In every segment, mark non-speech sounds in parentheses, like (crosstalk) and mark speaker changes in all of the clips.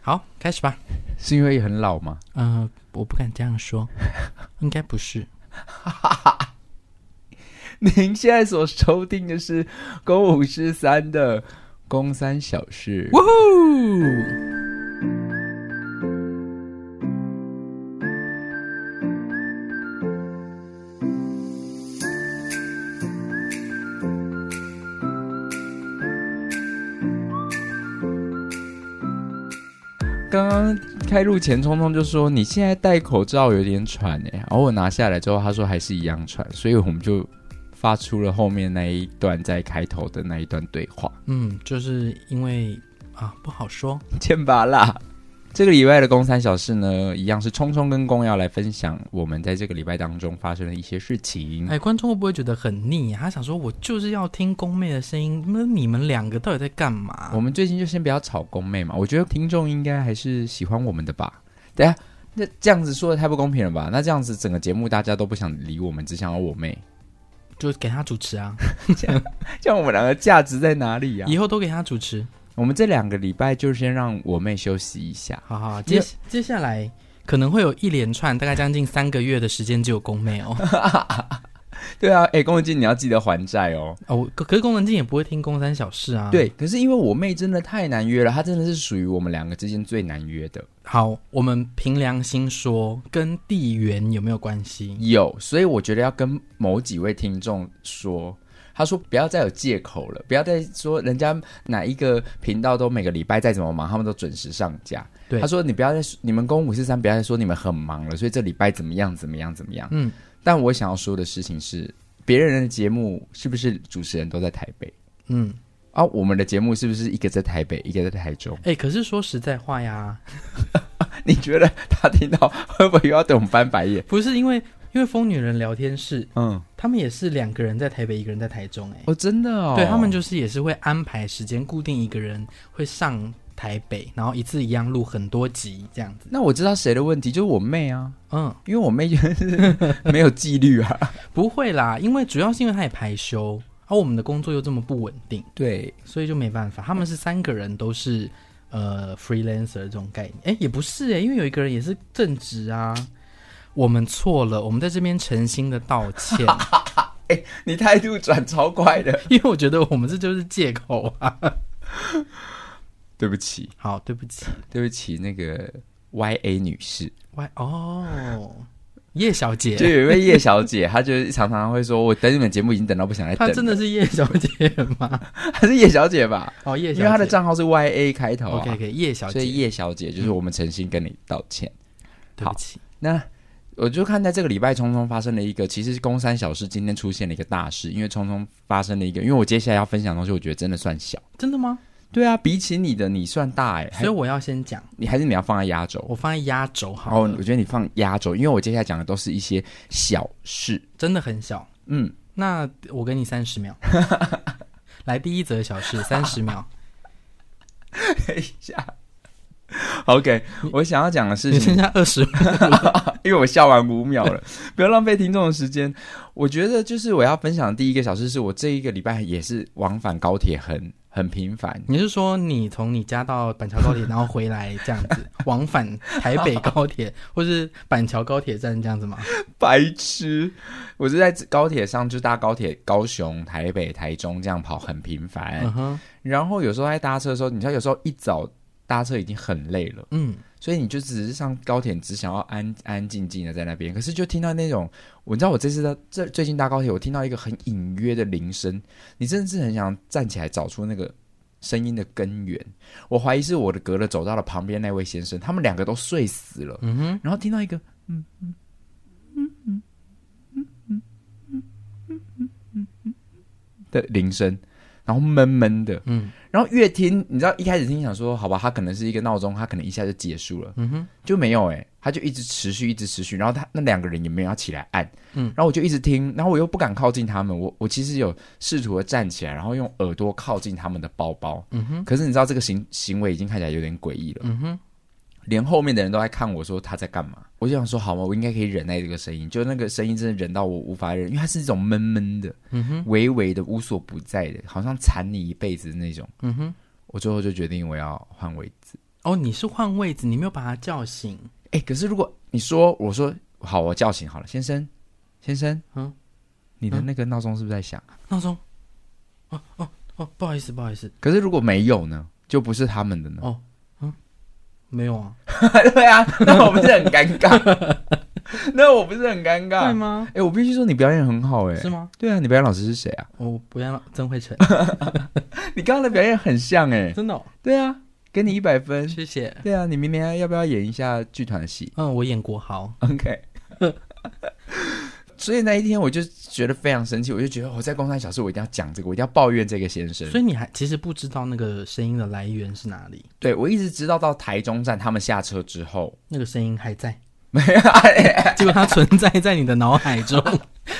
Speaker 1: 好，开始吧。
Speaker 2: 是因为很老吗？
Speaker 1: 呃，我不敢这样说， (laughs) 应该不是。
Speaker 2: 您现在所收听的是《公五十三》的《公三小事》。
Speaker 1: 哇呼！
Speaker 2: 刚刚开录前，聪聪就说你现在戴口罩有点喘哎、然后我拿下来之后，他说还是一样喘，所以我们就发出了后面那一段在开头的那一段对话。
Speaker 1: 嗯，就是因为啊，不好说。
Speaker 2: 欠巴啦。这个礼拜的公三小事呢，一样是聪聪跟公要来分享我们在这个礼拜当中发生的一些事情。
Speaker 1: 哎，观众会不会觉得很腻啊？他想说，我就是要听宫妹的声音，那你们两个到底在干嘛
Speaker 2: 我？们最近就先不要吵公妹嘛，我觉得听众应该还是喜欢我们的吧。等一下，那这样子说的太不公平了吧？那这样子整个节目大家都不想理我们，只想要我妹， (laughs)
Speaker 1: 就给他主持啊，
Speaker 2: 这样我们两个价值在哪里呀、
Speaker 1: 以后都给他主持。
Speaker 2: 我们这两个礼拜就先让我妹休息一下。
Speaker 1: 好好，
Speaker 2: 因
Speaker 1: 接
Speaker 2: 为
Speaker 1: 接下来可能会有一连串大概将近三个月的时间只有宫
Speaker 2: (laughs)
Speaker 1: 妹哦。
Speaker 2: 对啊，哎、宫文静你要记得还债哦。
Speaker 1: 哦，我可可是宫能静也不会听宫三小事啊。，
Speaker 2: 对，可是因为我妹真的太难约了，她真的是属于我们两个之间最难约的。
Speaker 1: 好，我们凭良心说，跟地缘有没有关系？
Speaker 2: 有，所以我觉得要跟某几位听众说，他说不要再有借口了，不要再说人家哪一个频道都每个礼拜再怎么忙，他们都准时上架。
Speaker 1: 对
Speaker 2: 他说你不要再说你们公五四三不要再说你们很忙了，所以这礼拜怎么样怎么样怎么样。
Speaker 1: 嗯，
Speaker 2: 但我想要说的事情是，别人的节目是不是主持人都在台北
Speaker 1: 嗯，
Speaker 2: 啊？我们的节目是不是一个在台北，一个在台中？ (laughs)
Speaker 1: 哎、可是说实在话呀，
Speaker 2: 你觉得他听到会不会又要对我们翻白眼？
Speaker 1: 不是因为因为疯女人聊天室，
Speaker 2: 嗯，
Speaker 1: 他们也是两个人在台北，一个人在台中、哎、
Speaker 2: 哦，真的哦，
Speaker 1: 对他们就是也是会安排时间，固定一个人会上台北，然后一次一样录很多集这样子。
Speaker 2: 那我知道谁的问题，就是我妹啊。
Speaker 1: 嗯，
Speaker 2: 因为我妹就是 (laughs) 没有纪律啊。
Speaker 1: 不会啦，因为主要是因为他也排休，而、我们的工作又这么不稳定，
Speaker 2: 对，
Speaker 1: 所以就没办法。他们是三个人都是。呃，freelancer 这种概念，哎，也不是哎，因为有一个人也是正职啊。我们错了，我们在这边诚心的道歉。
Speaker 2: (laughs) 你态度转超快的，
Speaker 1: (laughs) 因为我觉得我们这就是借口啊。
Speaker 2: 对不起，
Speaker 1: (laughs) 好，对不起
Speaker 2: 对不起，那个 Y A 女士，
Speaker 1: ，Y 哦，叶小
Speaker 2: 就
Speaker 1: 姐，
Speaker 2: 有一位叶小姐，她就是常常会说，我等你们节目已经等到不想再等
Speaker 1: 她
Speaker 2: 了。
Speaker 1: 真的是叶小姐吗？
Speaker 2: 她是叶小姐吧？
Speaker 1: (laughs) 哦，叶小
Speaker 2: 因
Speaker 1: 姐，
Speaker 2: 为她的账号是 Y A 开头、啊
Speaker 1: OK OK，叶小
Speaker 2: 所以
Speaker 1: 姐，
Speaker 2: 叶小姐就是我们诚心跟你道歉。
Speaker 1: 对不起，
Speaker 2: 那我就看在这个礼拜，匆匆发生了一个，其实是公三小事今天出现了一个大事，因为匆匆发生了一个，因为我接下来要分享的东西，我觉得真的算小。
Speaker 1: 真的吗？
Speaker 2: 对啊，比起你的，你算大哎、还
Speaker 1: 所以我要先讲，
Speaker 2: 你还是你要放在压轴。
Speaker 1: 我放在压轴
Speaker 2: 然后
Speaker 1: 好
Speaker 2: 我
Speaker 1: 了，
Speaker 2: 觉得你放压轴，因为我接下来讲的都是一些小事。
Speaker 1: 真的很小。
Speaker 2: 嗯，
Speaker 1: 那我给你三十 (laughs) 秒，来第一则小 (laughs) 事，三十秒。
Speaker 2: 等一下。OK，我想要讲的事
Speaker 1: 你
Speaker 2: 情
Speaker 1: 剩，
Speaker 2: (laughs)
Speaker 1: 下二十，
Speaker 2: 因为我笑完五秒了，不要浪费听众的时间。我觉得就是我要分享的第一个小事，是我这一个礼拜也是往返高铁很很频繁，
Speaker 1: 你是说你从你家到板桥高铁，然后回来这样 (laughs) 子，往返台北高铁或是板桥高铁站这样子吗？
Speaker 2: 白痴！我是在高铁上就搭高铁，高雄、台北、台中这样跑很频繁。
Speaker 1: 嗯哼，
Speaker 2: 然后有时候在搭车的时候，你知道有时候一早搭车已经很累了。
Speaker 1: 嗯。
Speaker 2: 所以你就只是上高铁，你只想要安安静静的在那边。可是就听到那种，我知道我这次的这最近搭高铁，我听到一个很隐约的铃声，你真的是很想站起来找出那个声音的根源。我怀疑是我的隔了走到了旁边那位先生，他们两个都睡死了。
Speaker 1: 嗯哼，
Speaker 2: 然后听到一个，嗯嗯嗯嗯嗯嗯嗯嗯嗯嗯嗯嗯的铃声，然后闷闷的，
Speaker 1: 嗯
Speaker 2: 然后越听，你知道一开始听想说，好吧，它可能是一个闹钟，它可能一下就结束了，
Speaker 1: 嗯哼，
Speaker 2: 就没有哎、欸，它就一直持续，一直持续。然后他那两个人也没有要起来按，
Speaker 1: 嗯
Speaker 2: 嗯，然后我就一直听，然后我又不敢靠近他们，我我其实有试图的站起来，然后用耳朵靠近他们的包包，
Speaker 1: 嗯哼，
Speaker 2: 可是你知道这个行行为已经看起来有点诡异了，
Speaker 1: 嗯哼，
Speaker 2: 连后面的人都在看我说他在干嘛，我就想说好吗？我应该可以忍耐这个声音，就那个声音真的忍到我无法忍，因为它是一种闷闷的、
Speaker 1: 嗯哼，
Speaker 2: 微微的、无所不在的，好像缠你一辈子的那种。
Speaker 1: 嗯哼，
Speaker 2: 我最后就决定我要换位置，
Speaker 1: 哦，你是换位子，你没有把他叫醒。
Speaker 2: 哎、可是如果你说我说好，我叫醒好了，先生，先生，
Speaker 1: 嗯
Speaker 2: 嗯，你的
Speaker 1: 嗯
Speaker 2: 那个闹钟是不是在响？
Speaker 1: 闹钟，哦哦哦，不好意思，不好意思，
Speaker 2: 可是如果没有呢，就不是他们的呢？
Speaker 1: 哦没有啊，
Speaker 2: (laughs) 对啊，那我不是很尴尬？ (laughs) 那我不是很尴
Speaker 1: 会
Speaker 2: 尬？
Speaker 1: 吗
Speaker 2: 哎、？我必须说你表演很好、
Speaker 1: 是
Speaker 2: 哎，
Speaker 1: 吗？
Speaker 2: 对啊，你表演老师是谁啊？
Speaker 1: 我不要曾
Speaker 2: (laughs)
Speaker 1: 慧成，
Speaker 2: 你刚刚的表演很像、哎，
Speaker 1: 真的哦、
Speaker 2: 对啊，给你一百分。
Speaker 1: 谢
Speaker 2: (laughs)
Speaker 1: 谢。
Speaker 2: 对啊，你明年要不要演一下剧团戏
Speaker 1: 嗯，我演国豪， (laughs)
Speaker 2: ？OK。所以那一天我就觉得非常生气，我就觉得我在公山小事，我一定要讲这个，我一定要抱怨这个先生。
Speaker 1: 所以你还其实不知道那个声音的来源是哪里，
Speaker 2: 对我一直直到到台中站他们下车之后，
Speaker 1: 那个声音还在， (laughs)
Speaker 2: 没有，哎
Speaker 1: 结果它存在在你的脑海
Speaker 2: (laughs)
Speaker 1: 中，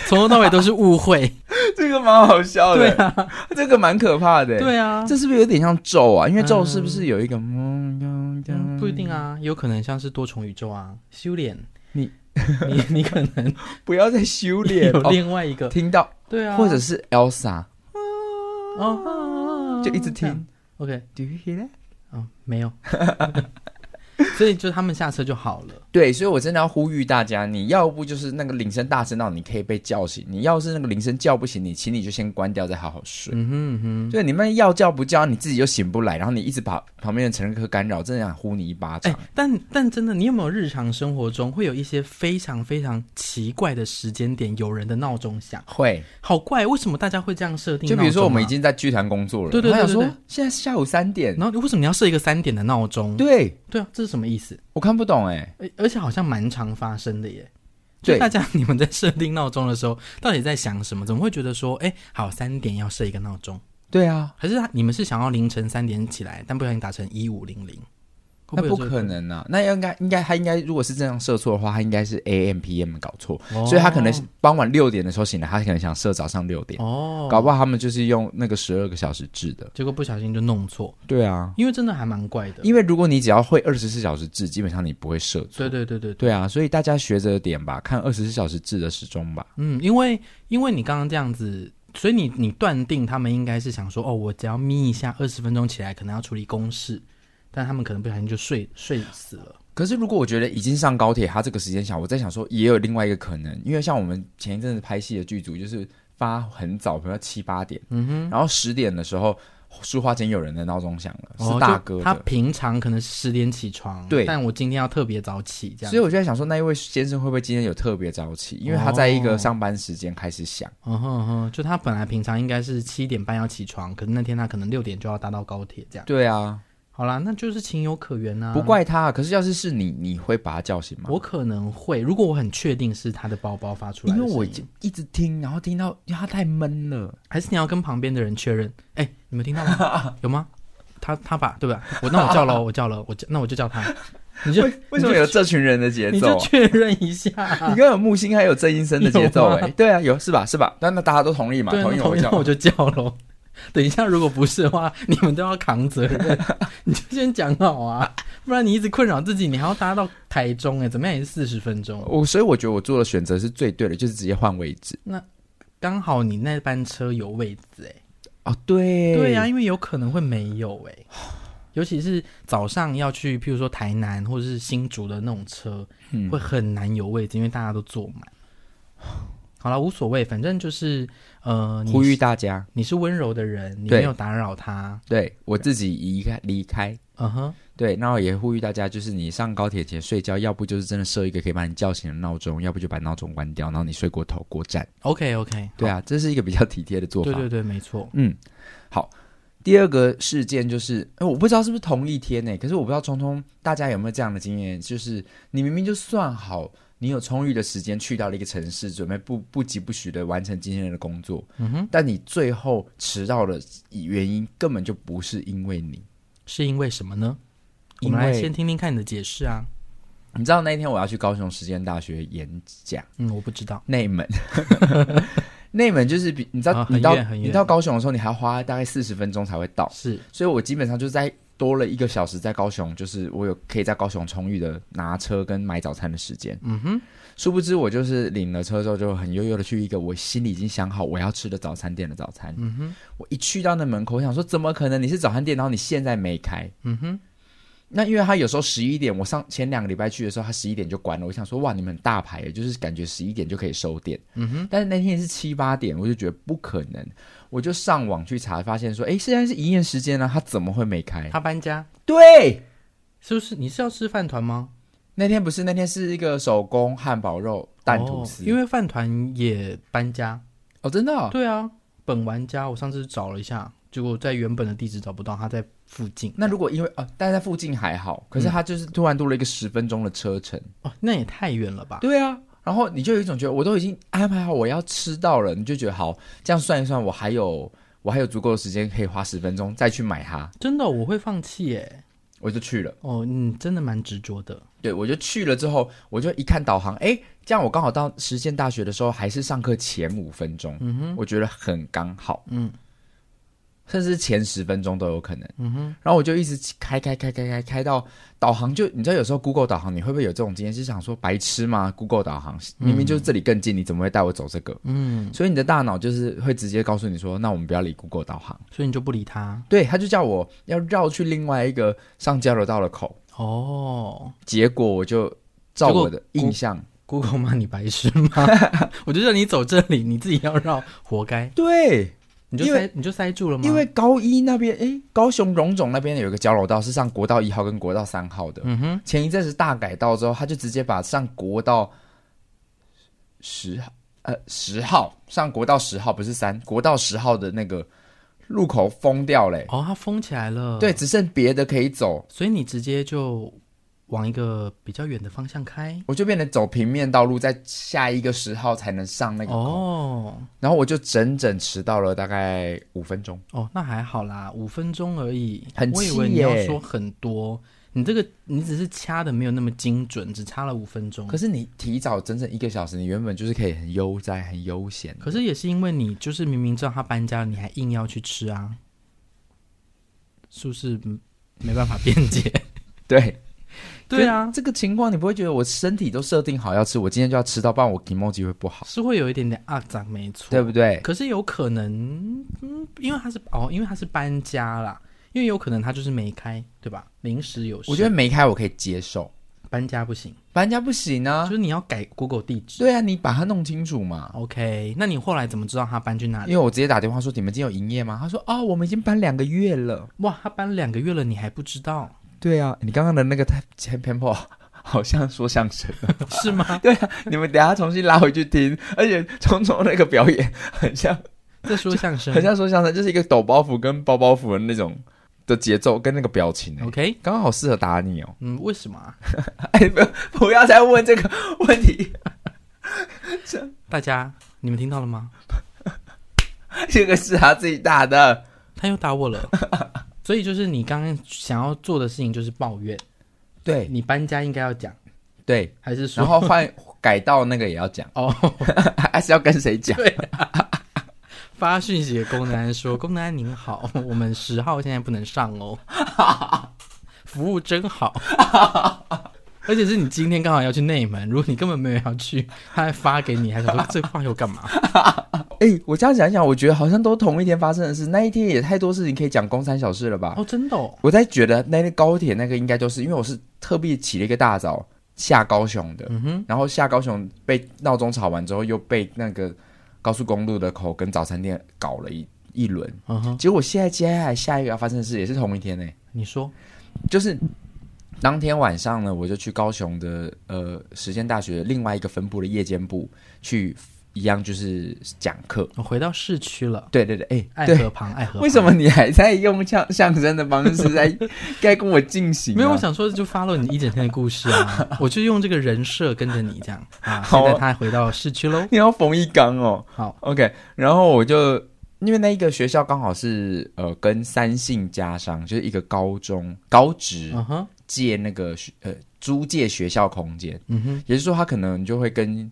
Speaker 1: 从头到尾都是误会。
Speaker 2: 这个蛮好笑的，
Speaker 1: 对啊，
Speaker 2: 这个蛮可怕的。
Speaker 1: 对啊，
Speaker 2: 这是不是有点像咒啊？因为咒是不是
Speaker 1: 嗯
Speaker 2: 有一个嗯嗯
Speaker 1: 嗯
Speaker 2: 嗯
Speaker 1: 不一定啊，有可能像是多重宇宙啊，修炼
Speaker 2: 你
Speaker 1: 你你可
Speaker 2: (laughs)
Speaker 1: 能
Speaker 2: 不要再修炼
Speaker 1: (laughs) 有
Speaker 2: 哦
Speaker 1: 另外一
Speaker 2: (laughs)
Speaker 1: 个、
Speaker 2: 听到，
Speaker 1: 对啊，
Speaker 2: 或者是 Elsa
Speaker 1: 哦
Speaker 2: 就一直
Speaker 1: 这样
Speaker 2: 听。
Speaker 1: OK
Speaker 2: Do you hear that？
Speaker 1: 哦，没
Speaker 2: (laughs)
Speaker 1: 有，所以就他们下车就好了。
Speaker 2: 对，所以我真的要呼吁大家，你要不就是那个铃声大声到你可以被叫醒，你要是那个铃声叫不醒你，请你就先关掉，再好好睡。
Speaker 1: 嗯哼嗯哼，
Speaker 2: 对，你们要叫不叫，你自己又醒不来，然后你一直把旁边的乘客干扰，真的想呼你一巴
Speaker 1: 哎、
Speaker 2: 掌。
Speaker 1: 但但真的，你有没有日常生活中会有一些非常非常奇怪的时间点，有人的闹钟响，
Speaker 2: 会，
Speaker 1: 好怪，为什么大家会这样设定、啊
Speaker 2: 就比如说我们已，经在剧团工作了，
Speaker 1: 对对对
Speaker 2: 然后
Speaker 1: 对
Speaker 2: 想
Speaker 1: 对
Speaker 2: 说现在是下午三点，
Speaker 1: 然后你为什么你要设一个三点的闹钟？
Speaker 2: 对
Speaker 1: 对啊，这是什么意思？
Speaker 2: 我看不懂哎、
Speaker 1: 而而且好像蛮常发生的耶。就
Speaker 2: 对
Speaker 1: 大家你们在设定闹钟的时候，到底在想什么？怎么会觉得说，哎、好，三点要设一个闹钟？
Speaker 2: 对啊，
Speaker 1: 还是他你们是想要凌晨三点起来，但不小心打成一五零零？会
Speaker 2: 那
Speaker 1: 会
Speaker 2: 不
Speaker 1: 有这个
Speaker 2: 可能啊，那应该应该他应该如果是这样设错的话，他应该是 A M P M 搞错，
Speaker 1: 哦
Speaker 2: 所以他可能是傍晚六点的时候醒来，他可能想设早上六点，
Speaker 1: 哦，
Speaker 2: 搞不好他们就是用那个十二个小时制的。
Speaker 1: 结果不小心就弄错，
Speaker 2: 对啊，
Speaker 1: 因为真的还蛮怪的。
Speaker 2: 因为如果你只要会二十四小时制，基本上你不会设
Speaker 1: 对
Speaker 2: 错。
Speaker 1: 对对对对，
Speaker 2: 对啊，所以大家学着点吧，看二十四小时制的时钟吧。
Speaker 1: 嗯，因为因为你刚刚这样子，所以你你断定他们应该是想说，哦，我只要眯一下二十分钟起来，可能要处理公事，但他们可能不小心就睡睡死了。
Speaker 2: 可是如果我觉得已经上高铁，他这个时间想，我在想说也有另外一个可能，因为像我们前一阵子拍戏的剧组就是发很早，比如说七八点，
Speaker 1: 嗯哼，
Speaker 2: 然后十点的时候，书画间有人的闹钟响了，
Speaker 1: 哦
Speaker 2: 是大哥
Speaker 1: 就
Speaker 2: 的。
Speaker 1: 他平常可能十点起床，
Speaker 2: 对
Speaker 1: 但我今天要特别早起，这样。
Speaker 2: 所以我就在想说，那一位先生会不会今天有特别早起？因为他在一个上班时间开始响。
Speaker 1: 嗯哼嗯哼，就他本来平常应该是七点半要起床，可是那天他可能六点就要搭到高铁，这样。
Speaker 2: 对啊，
Speaker 1: 好啦，那就是情有可原啊。
Speaker 2: 不怪他、啊。可是要是是你，你会把他叫醒吗？
Speaker 1: 我可能会，如果我很确定是他的包包发出来
Speaker 2: 因
Speaker 1: 的
Speaker 2: 为
Speaker 1: 声音，
Speaker 2: 我已经一直听，然后听到因为他太闷了。
Speaker 1: 还是你要跟旁边的人确认，哎、你们听到
Speaker 2: (laughs)
Speaker 1: 吗？有吗？他他吧，对吧？我那我叫喽，我叫了，我叫那我就叫他，你就
Speaker 2: 为什么有这群人的节
Speaker 1: 你
Speaker 2: 奏
Speaker 1: 就
Speaker 2: 啊、
Speaker 1: 确认一下。
Speaker 2: 你刚刚有木星还有郑医生的节奏哎、
Speaker 1: 啊有吗
Speaker 2: 对啊，有是吧？是吧？那那大家都同意嘛？
Speaker 1: 对，
Speaker 2: 同意
Speaker 1: 那
Speaker 2: 我
Speaker 1: 同意
Speaker 2: 叫
Speaker 1: 那。我就叫喽。等一下，如果不是的话，你们都要扛责
Speaker 2: (laughs)
Speaker 1: 任，你就先讲好啊，不然你一直困扰自己，你还要搭到台中哎、怎么样也是四十分钟。
Speaker 2: 我所以我觉得我做的选择是最对的，就是直接换位置。
Speaker 1: 刚好你那班车有位置哎、
Speaker 2: 哦，对，
Speaker 1: 对啊呀、因为有可能会没有哎、尤其是早上要去，譬如说台南或者是新竹的那种车，
Speaker 2: 嗯
Speaker 1: 会很难有位置，因为大家都坐满。好了，无所谓，反正就是呃，你
Speaker 2: 呼吁
Speaker 1: 是
Speaker 2: 大家，
Speaker 1: 你是温柔的人，你
Speaker 2: 对
Speaker 1: 没有打扰他，
Speaker 2: 对我自己离开离开。
Speaker 1: 嗯哼，
Speaker 2: 对，那我也呼吁大家，就是你上高铁前睡觉，要不就是真的设一个可以把你叫醒的闹钟，要不就把闹钟关掉，然后你睡过头过站。
Speaker 1: OK OK，
Speaker 2: 对啊，这是一个比较体贴的做法。
Speaker 1: 对对对，没错。
Speaker 2: 嗯，好。第二个事件就是，哎、我不知道是不是同一天呢、可是我不知道聪聪大家有没有这样的经验，就是你明明就算好，你有充裕的时间去到了一个城市，准备不不疾不徐的完成今天的工作，
Speaker 1: 嗯哼，
Speaker 2: 但你最后迟到的原因根本就不是因为你，
Speaker 1: 是因为什么呢？我
Speaker 2: 因
Speaker 1: 们来
Speaker 2: 为
Speaker 1: 先听听看你的解释啊。
Speaker 2: 你知道那一天我要去高雄实践大学演讲，
Speaker 1: 嗯，我不知道。
Speaker 2: 内门， (laughs) 内门就是比你知道、
Speaker 1: 啊很
Speaker 2: 你到
Speaker 1: 远很远
Speaker 2: 你到高雄的时候，你还要花大概四十分钟才会到，
Speaker 1: 是，
Speaker 2: 所以我基本上就在多了一个小时在高雄，就是我有可以在高雄充裕的拿车跟买早餐的时间。
Speaker 1: 嗯哼，
Speaker 2: 殊不知我就是领了车之后，就很悠悠的去一个我心里已经想好我要吃的早餐店的早餐。
Speaker 1: 嗯哼，
Speaker 2: 我一去到那门口，我想说怎么可能？你是早餐店，然后你现在没开？
Speaker 1: 嗯哼，
Speaker 2: 那因为他有时候十一点，我上前两个礼拜去的时候，他十一点就关了。我想说，哇，你们很大牌耶，就是感觉十一点就可以收店。嗯哼。但是那天是七八点，我就觉得不可能，我就上网去查，发现说，哎，现在是营业时间啊，他怎么会没开？
Speaker 1: 他搬家
Speaker 2: 对，
Speaker 1: 是不是？你是要吃饭团吗？
Speaker 2: 那天不是，那天是一个手工汉堡肉蛋吐司。
Speaker 1: 哦因为饭团也搬家。
Speaker 2: 哦，真的哦、
Speaker 1: 对啊，本玩家我上次找了一下，结果在原本的地址找不到，他在附近。
Speaker 2: 那如果因为啊，但在附近还好，可
Speaker 1: 嗯
Speaker 2: 是他就是突然多了一个十分钟的车程。
Speaker 1: 哦，那也太远了吧？
Speaker 2: 对啊，然后你就有一种觉得我都已经安排好我要吃到了，你就觉得好，这样算一算，我还有我还有足够的时间可以花十分钟再去买它，
Speaker 1: 真的、我会放弃耶。
Speaker 2: 我就去了。
Speaker 1: 哦，你真的蛮执着的。
Speaker 2: 对，我就去了之后，我就一看导航，哎，这样我刚好到实践大学的时候还是上课前五分钟，我觉得很刚好，
Speaker 1: 嗯
Speaker 2: 甚至前十分钟都有可能。
Speaker 1: 嗯哼，
Speaker 2: 然后我就一直开开开开开开到导航就，你知道有时候 Google 导航你会不会有这种经验？是想说白痴吗？Google 导航明明就是这里更近，你怎么会带我走这个？
Speaker 1: 嗯，
Speaker 2: 所以你的大脑就是会直接告诉你说，那我们不要理 Google 导航。
Speaker 1: 所以你就不理他。
Speaker 2: 对，他就叫我要绕去另外一个上交流道的口，
Speaker 1: 哦
Speaker 2: 结果我就照我的印象，
Speaker 1: ，Google 骂你白痴
Speaker 2: (laughs)
Speaker 1: 吗？我就让你走这里，你自己要绕，活该。
Speaker 2: 对，
Speaker 1: 你就
Speaker 2: 因为
Speaker 1: 塞你就塞住了吗？
Speaker 2: 因为高一那边，诶，高雄荣总那边有一个交流道是上国道一号跟国道三号的，
Speaker 1: 嗯哼，
Speaker 2: 前一阵子大改道之后，他就直接把上国道十号，呃十号上国道十号不是三，国道十号的那个路口封掉嘞、
Speaker 1: 哦，它封起来了。
Speaker 2: 对，，只剩别的可以走，
Speaker 1: 所以你直接就往一个比较远的方向开。
Speaker 2: 我就变得走平面道路，在下一个十号才能上那个口，
Speaker 1: 哦
Speaker 2: 然后我就整整迟到了大概五分钟。
Speaker 1: 哦，那还好啦，五分钟而已。
Speaker 2: 很
Speaker 1: 我以
Speaker 2: 气
Speaker 1: 为你要
Speaker 2: 耶
Speaker 1: 说很多，你这个你只是掐的没有那么精准，只差了五分钟。
Speaker 2: 可是你提早整整一个小时，你原本就是可以很悠哉、很悠闲。
Speaker 1: 可是也是因为你就是明明知道他搬家了，你还硬要去吃啊，是不是嗯没办法辩解？
Speaker 2: (laughs) 对
Speaker 1: 对啊，
Speaker 2: 这个情况你不会觉得我身体都设定好要吃，我今天就要吃到，不然我 emoji 会不好，
Speaker 1: 是会有一点点肮脏，没错。
Speaker 2: 对不对？
Speaker 1: 可是有可能，嗯，因为他是哦，因为他是搬家啦，因为有可能他就是没开，对吧？临时有事，
Speaker 2: 我觉得没开我可以接受，
Speaker 1: 搬家不行，
Speaker 2: 搬家不行啊
Speaker 1: 就。是你要改 Google 地址。
Speaker 2: 对啊，你把它弄清楚嘛。
Speaker 1: OK，那你后来怎么知道他搬去哪
Speaker 2: 因
Speaker 1: 里？
Speaker 2: 为我直接打电话说你们今天有营业吗？他说哦，我们已经搬两个月了。
Speaker 1: 哇，他搬两个月了，你还不知道 (laughs)
Speaker 2: 对啊，你刚刚的那个太前 tempo 好像说相声， (laughs)
Speaker 1: 是吗？
Speaker 2: 你们等一下重新拉回去听，而且聪聪那个表演很像，
Speaker 1: 在说相声
Speaker 2: 很像说相声，就是一个抖包袱跟包包袱的那种的节奏跟那个表情、欸，
Speaker 1: ？OK，
Speaker 2: 刚刚好适合打你哦。
Speaker 1: 嗯，为什么啊？
Speaker 2: (laughs) 哎，不，不要再问这个问题，
Speaker 1: 大家你们听到了吗？
Speaker 2: 这个是他自己打的。
Speaker 1: 他又打我
Speaker 2: (laughs)
Speaker 1: 了，所以就是你刚刚想要做的事情就是抱怨，
Speaker 2: 对
Speaker 1: 你搬家应该要讲，
Speaker 2: 对，
Speaker 1: 还是说
Speaker 2: 然后换改到那个也要讲， (laughs)
Speaker 1: 哦？
Speaker 2: 还是要跟谁讲？
Speaker 1: 发讯息给宫南安说：“宫南安您好，我们十号现在不能上哦，
Speaker 2: (laughs)
Speaker 1: 服务真好。而且是你今天刚好要去内门，如果你根本没有要去，他还发给你，还
Speaker 2: (laughs)
Speaker 1: 想说这话又干嘛？
Speaker 2: 哎、我这样想一想，我觉得好像都同一天发生的事，那一天也太多事情可以讲公三小事了吧？
Speaker 1: 哦，真的哦，
Speaker 2: 我在觉得那个高铁那个应该就是因为我是特地起了一个大早下高雄的，
Speaker 1: 嗯哼，
Speaker 2: 然后下高雄被闹钟吵完之后，又被那个高速公路的口跟早餐店搞了一一轮。
Speaker 1: 嗯哼，
Speaker 2: 结果现在接下来下一个要发生的事也是同一天呢、
Speaker 1: 你说，
Speaker 2: 就是当天晚上呢，我就去高雄的呃实践大学另外一个分部的夜间部去一样就是讲课。
Speaker 1: 我回到市区了，
Speaker 2: 对对对，哎、
Speaker 1: 爱
Speaker 2: 对，
Speaker 1: 河旁，爱河旁
Speaker 2: 为什么你还在用相相声的方式在
Speaker 1: (laughs)
Speaker 2: 该跟我进行、啊？
Speaker 1: 没有，我想说就 follow 你一整天的故事啊，
Speaker 2: (laughs)
Speaker 1: 我就用这个人设跟着你这样啊。
Speaker 2: 好
Speaker 1: 现
Speaker 2: 啊
Speaker 1: 在他回到市区喽，
Speaker 2: 你要冯一刚哦。
Speaker 1: 好
Speaker 2: ，OK，然后我就因为那一个学校刚好是呃跟三信加上，就是一个高中高职
Speaker 1: 嗯哼，
Speaker 2: 借那个学呃租借学校空间，
Speaker 1: 嗯哼，
Speaker 2: 也就是说他可能就会跟。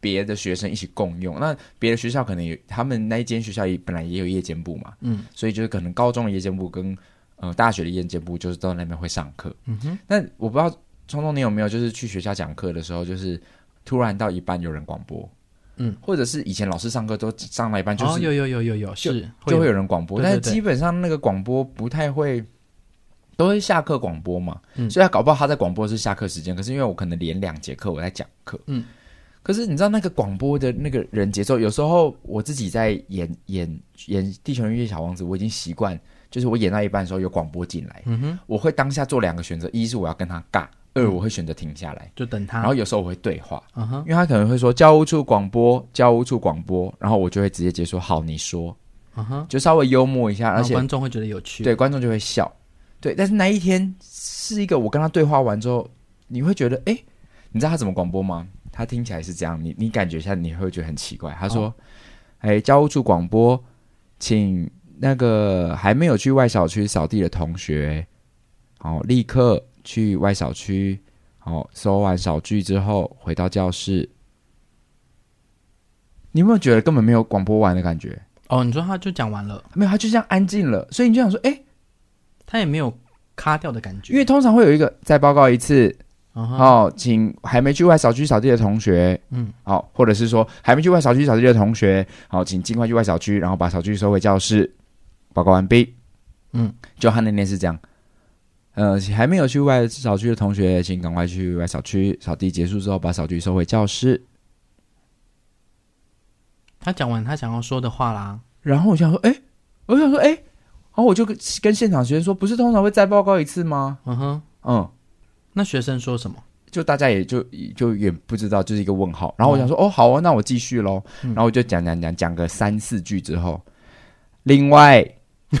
Speaker 2: 别的学生一起共用，那别的学校可能有，他们那一间学校也本来也有夜间部嘛，
Speaker 1: 嗯
Speaker 2: 所以就是可能高中的夜间部跟呃大学的夜间部就是到那边会上课。
Speaker 1: 嗯哼，
Speaker 2: 那我不知道聪聪你有没有就是去学校讲课的时候，就是突然到一半有人广播，
Speaker 1: 嗯，哦
Speaker 2: 或者是以前老师上课都上到一半就是、
Speaker 1: 哦，有有有有有，是
Speaker 2: 就
Speaker 1: 有
Speaker 2: 会有人广播，
Speaker 1: 对对
Speaker 2: 但是
Speaker 1: 对
Speaker 2: 基本上那个广播不太会都会下课广播嘛，
Speaker 1: 嗯
Speaker 2: 所以他搞不好他在广播是下课时间，可是因为我可能连两节课我在讲课，
Speaker 1: 嗯，
Speaker 2: 可是你知道那个广播的那个人节奏，有时候我自己在演演演《地球人与小王子》，我已经习惯，就是我演到一半的时候有广播进来，
Speaker 1: 嗯哼，
Speaker 2: 我会当下做两个选择，一是我要跟他尬，
Speaker 1: 嗯
Speaker 2: 二我会选择停下来，
Speaker 1: 就等他。
Speaker 2: 然后有时候我会对话，
Speaker 1: 嗯哼，
Speaker 2: 因为他可能会说教务处广播，教务处广播，然后我就会直接接说好，你说，
Speaker 1: 嗯哼，
Speaker 2: 就稍微幽默一下，
Speaker 1: 然
Speaker 2: 而
Speaker 1: 后
Speaker 2: 且
Speaker 1: 观众会觉得有趣。
Speaker 2: 对，观众就会笑。对，但是那一天是一个我跟他对话完之后，你会觉得，诶，你知道他怎么广播吗？他听起来是这样，你你感觉一下，你会觉得很奇怪。他
Speaker 1: 哦
Speaker 2: 说：“诶，哎教务处广播，请那个还没有去外小区扫地的同学，哦，立刻去外小区，哦，收完扫具之后回到教室。”你有没有觉得根本没有广播完的感觉？
Speaker 1: 哦，你说他就讲完了，
Speaker 2: 没有，他就这样安静了，所以你就想说，诶。
Speaker 1: 他也没有卡掉的感觉。
Speaker 2: 因为通常会有一个再报告一次
Speaker 1: 嗯哼，
Speaker 2: 哦，请还没去外小区扫地的同学，
Speaker 1: 嗯，
Speaker 2: 好、或者是说还没去外小区扫地的同学，好、请尽快去外小区，然后把扫区收回教室，报告完毕。
Speaker 1: 嗯，
Speaker 2: 就他那天是这样，呃，还没有去外小区的同学，请赶快去外小区扫地，结束之后把扫区收回教室。
Speaker 1: 他讲完他想要说的话啦。
Speaker 2: 然后我就想说，哎，我想说，哎，然后我就跟跟现场学生说，不是通常会再报告一次吗？
Speaker 1: 嗯哼，
Speaker 2: 嗯，
Speaker 1: 那学生说什么？
Speaker 2: 就大家也就就也不知道，就是一个问号。然后我想说，哦，好啊，那我继续喽。
Speaker 1: 嗯
Speaker 2: 然后我就讲讲讲讲个三四句之后，另外，
Speaker 1: (laughs)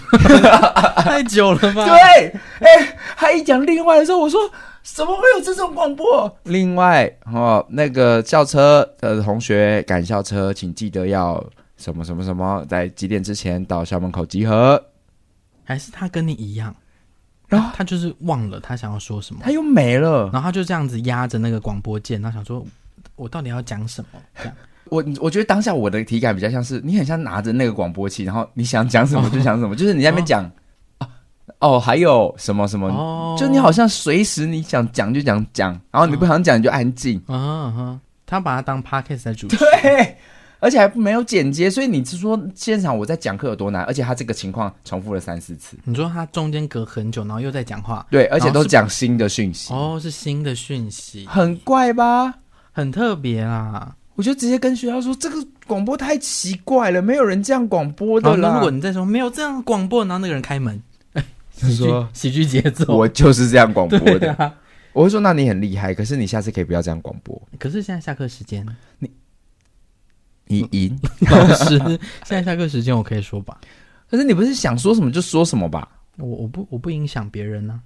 Speaker 1: 太久了吧？ (laughs)
Speaker 2: 对，哎、他一讲另外的时候，我说怎么会有这种广播？另外，哦，那个校车的同学赶校车，请记得要什么什么什么，在几点之前到校门口集合。
Speaker 1: 还是他跟你一样，
Speaker 2: 然
Speaker 1: 他就是忘了他想要说什么，
Speaker 2: 他又没了
Speaker 1: 然。后他就这样子压着那个广播键，他想说，我到底要讲什么？这样，
Speaker 2: 我我觉得当下我的体感比较像是你很像拿着那个广播器，然后你想讲什么就讲什么，
Speaker 1: 哦
Speaker 2: 就是你在那边讲、啊哦，还有什么什么，
Speaker 1: 哦
Speaker 2: 就你好像随时你想讲就讲讲，然后你不
Speaker 1: 嗯
Speaker 2: 想讲你就安静， (laughs)
Speaker 1: 啊哈哈，他把它当 podcast 在主持，
Speaker 2: 对，而且还没有剪接，所以你是说现场我在讲课有多难？而且他这个情况重复了三四次，
Speaker 1: 你说他中间隔很久，然后又在讲话，
Speaker 2: 对，而且
Speaker 1: 然后
Speaker 2: 都
Speaker 1: 哦是
Speaker 2: 讲新的讯息，
Speaker 1: 哦，是新的讯息，
Speaker 2: 很怪吧？
Speaker 1: 很特别啦。
Speaker 2: 我就直接跟学校说，这个广播太奇怪了，没有人这样广播
Speaker 1: 然
Speaker 2: 的
Speaker 1: 后
Speaker 2: 啦。
Speaker 1: 如果你再说没有这样广播，然后那个人开门，
Speaker 2: (laughs) 你
Speaker 1: 喜剧
Speaker 2: 说
Speaker 1: 喜剧节奏，
Speaker 2: 我就是这样广播
Speaker 1: 对
Speaker 2: 的。
Speaker 1: 啊。
Speaker 2: 我会说，那你很厉害，可是你下次可以不要这样广播。
Speaker 1: 可是现在下课时
Speaker 2: (laughs)
Speaker 1: 间，
Speaker 2: 你赢，
Speaker 1: 老师，现在下课时间我可以说吧，
Speaker 2: 可是你不是想说什么就说什么吧？
Speaker 1: 我我不我不影响别人呢、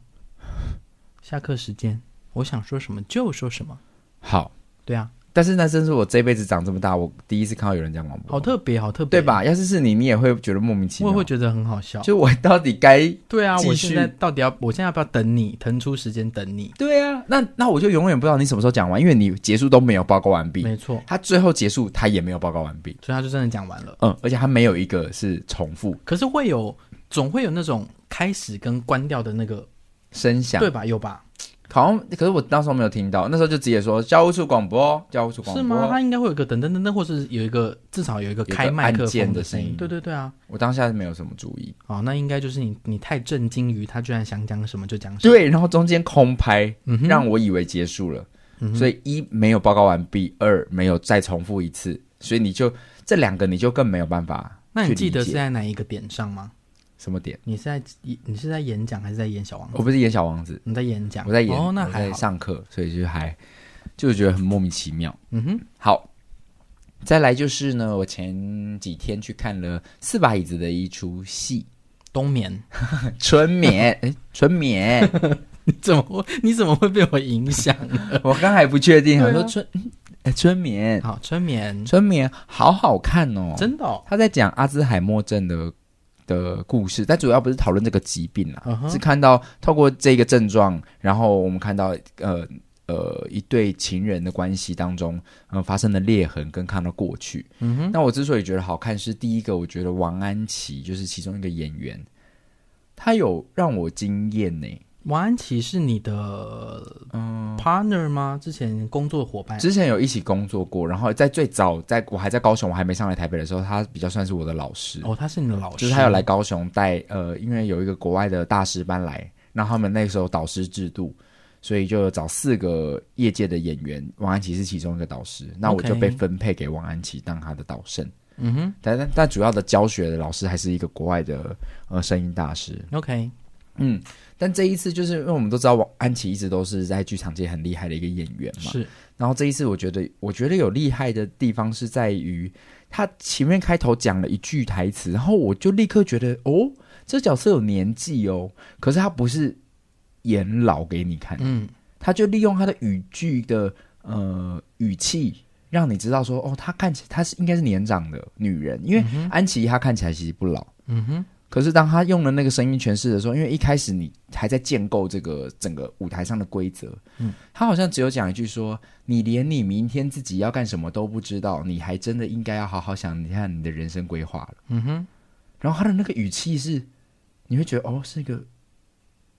Speaker 1: 下课时间，我想说什么就说什么。
Speaker 2: 好，
Speaker 1: 对啊，
Speaker 2: 但是那真是我这辈子长这么大，我第一次看到有人这样广播，
Speaker 1: 好特别，好特别，
Speaker 2: 对？吧？要是是你，你也会觉得莫名其
Speaker 1: 我
Speaker 2: 妙。
Speaker 1: 也会觉得很好笑。
Speaker 2: 就我到底该
Speaker 1: 对啊，
Speaker 2: 继
Speaker 1: 我
Speaker 2: 续
Speaker 1: 现在到底要，我现在要不要等你腾出时间等你？
Speaker 2: 对啊？那那我就永远不知道你什么时候讲完，因为你结束都没有报告完毕。
Speaker 1: 没错，
Speaker 2: 他最后结束，他也没有报告完毕。
Speaker 1: 所以他就真的讲完了。
Speaker 2: 嗯，而且他没有一个是重复
Speaker 1: 可是会有，总会有那种开始跟关掉的那个，
Speaker 2: 声响，
Speaker 1: 对，吧？有吧？
Speaker 2: 好像可是我那时候没有听到，那时候就直接说教务处广播，教务处广播
Speaker 1: 是吗？他应该会有一个噔噔噔噔，或是有一个至少有一个
Speaker 2: 个
Speaker 1: 开麦克
Speaker 2: 按键
Speaker 1: 风
Speaker 2: 的
Speaker 1: 声
Speaker 2: 声音
Speaker 1: 对对对啊，
Speaker 2: 我当下是没有什么注意，
Speaker 1: 哦，那应该就是你你太震惊于他居然想讲什么就讲什么。，
Speaker 2: 对，然后中间空拍，
Speaker 1: 嗯哼，
Speaker 2: 让我以为结束了，
Speaker 1: 嗯哼
Speaker 2: 所以一没有报告完毕，二没有再重复一次，所以你就这两个你就更没有办法
Speaker 1: 那
Speaker 2: 去
Speaker 1: 你记
Speaker 2: 理
Speaker 1: 得是
Speaker 2: 解
Speaker 1: 在哪一个点上吗？
Speaker 2: 什么点？
Speaker 1: 你是在你是在演讲还是在演小王子？
Speaker 2: 我不是演小王子，
Speaker 1: 哦你在演讲，
Speaker 2: 我在演，
Speaker 1: 哦，那
Speaker 2: 我
Speaker 1: 还
Speaker 2: 在
Speaker 1: 好。
Speaker 2: 上课，所以就还就觉得很莫名其妙。
Speaker 1: 嗯哼，
Speaker 2: 好，再来就是呢，我前几天去看了《四把椅子》的一出戏，
Speaker 1: 冬眠， (laughs)
Speaker 2: 《春眠》诶，春眠》，
Speaker 1: 你怎么会你怎么会被我影 (laughs) 响？
Speaker 2: 我刚才不确定，我
Speaker 1: 对啊
Speaker 2: 说春，诶春
Speaker 1: (laughs)
Speaker 2: 眠，
Speaker 1: 好，春眠，
Speaker 2: 春眠，好好看哦，
Speaker 1: 真的、哦，
Speaker 2: 他在讲阿兹海默症的的故事，但主要不是讨论这个疾病啦，
Speaker 1: 嗯哼
Speaker 2: 是看到透过这个症状，然后我们看到呃呃一对情人的关系当中，嗯、发生的裂痕跟看到过去。
Speaker 1: 嗯哼，
Speaker 2: 那我之所以觉得好看，是第一个，我觉得王安琪就是其中一个演员，他有让我惊艳呢、
Speaker 1: 王安琪是你的 partner 吗？之前工作伙伴，
Speaker 2: 之前有一起工作过，然后在最早，在我还在高雄，我还没上来台北的时候，他比较算是我的老师。
Speaker 1: 哦，他是你的老师，
Speaker 2: 就是他有来，高雄带呃，因为有一个国外的大师班来，那他们那时候导师制度，所以就找四个业界的演员，王安琪是其中一个导师，那我
Speaker 1: OK
Speaker 2: 就被分配给王安琪当他的导生。
Speaker 1: 嗯哼
Speaker 2: 但但但主要的教学的老师还是一个国外的呃声音大师，
Speaker 1: ，OK，
Speaker 2: 嗯，但这一次就是因为我们都知道王安琪一直都是在剧场界很厉害的一个演员嘛，
Speaker 1: 是
Speaker 2: 然后这一次，我觉得，我觉得有厉害的地方是在于，他前面开头讲了一句台词，然后我就立刻觉得，哦，这角色有年纪哦，可是他不是演老给你看，
Speaker 1: 嗯
Speaker 2: 他就利用他的语句的呃语气，让你知道说，哦，他看起他是应该是年长的女人，因为安琪她看起来其实不老，
Speaker 1: 嗯哼，
Speaker 2: 可是当他用了那个声音诠释的时候，因为一开始你还在建构这个整个舞台上的规则，
Speaker 1: 嗯
Speaker 2: 他好像只有讲一句说：“你连你明天自己要干什么都不知道，你还真的应该要好好想一下你的人生规划了。
Speaker 1: 嗯哼，”
Speaker 2: 然后他的那个语气是，你会觉得哦，是一个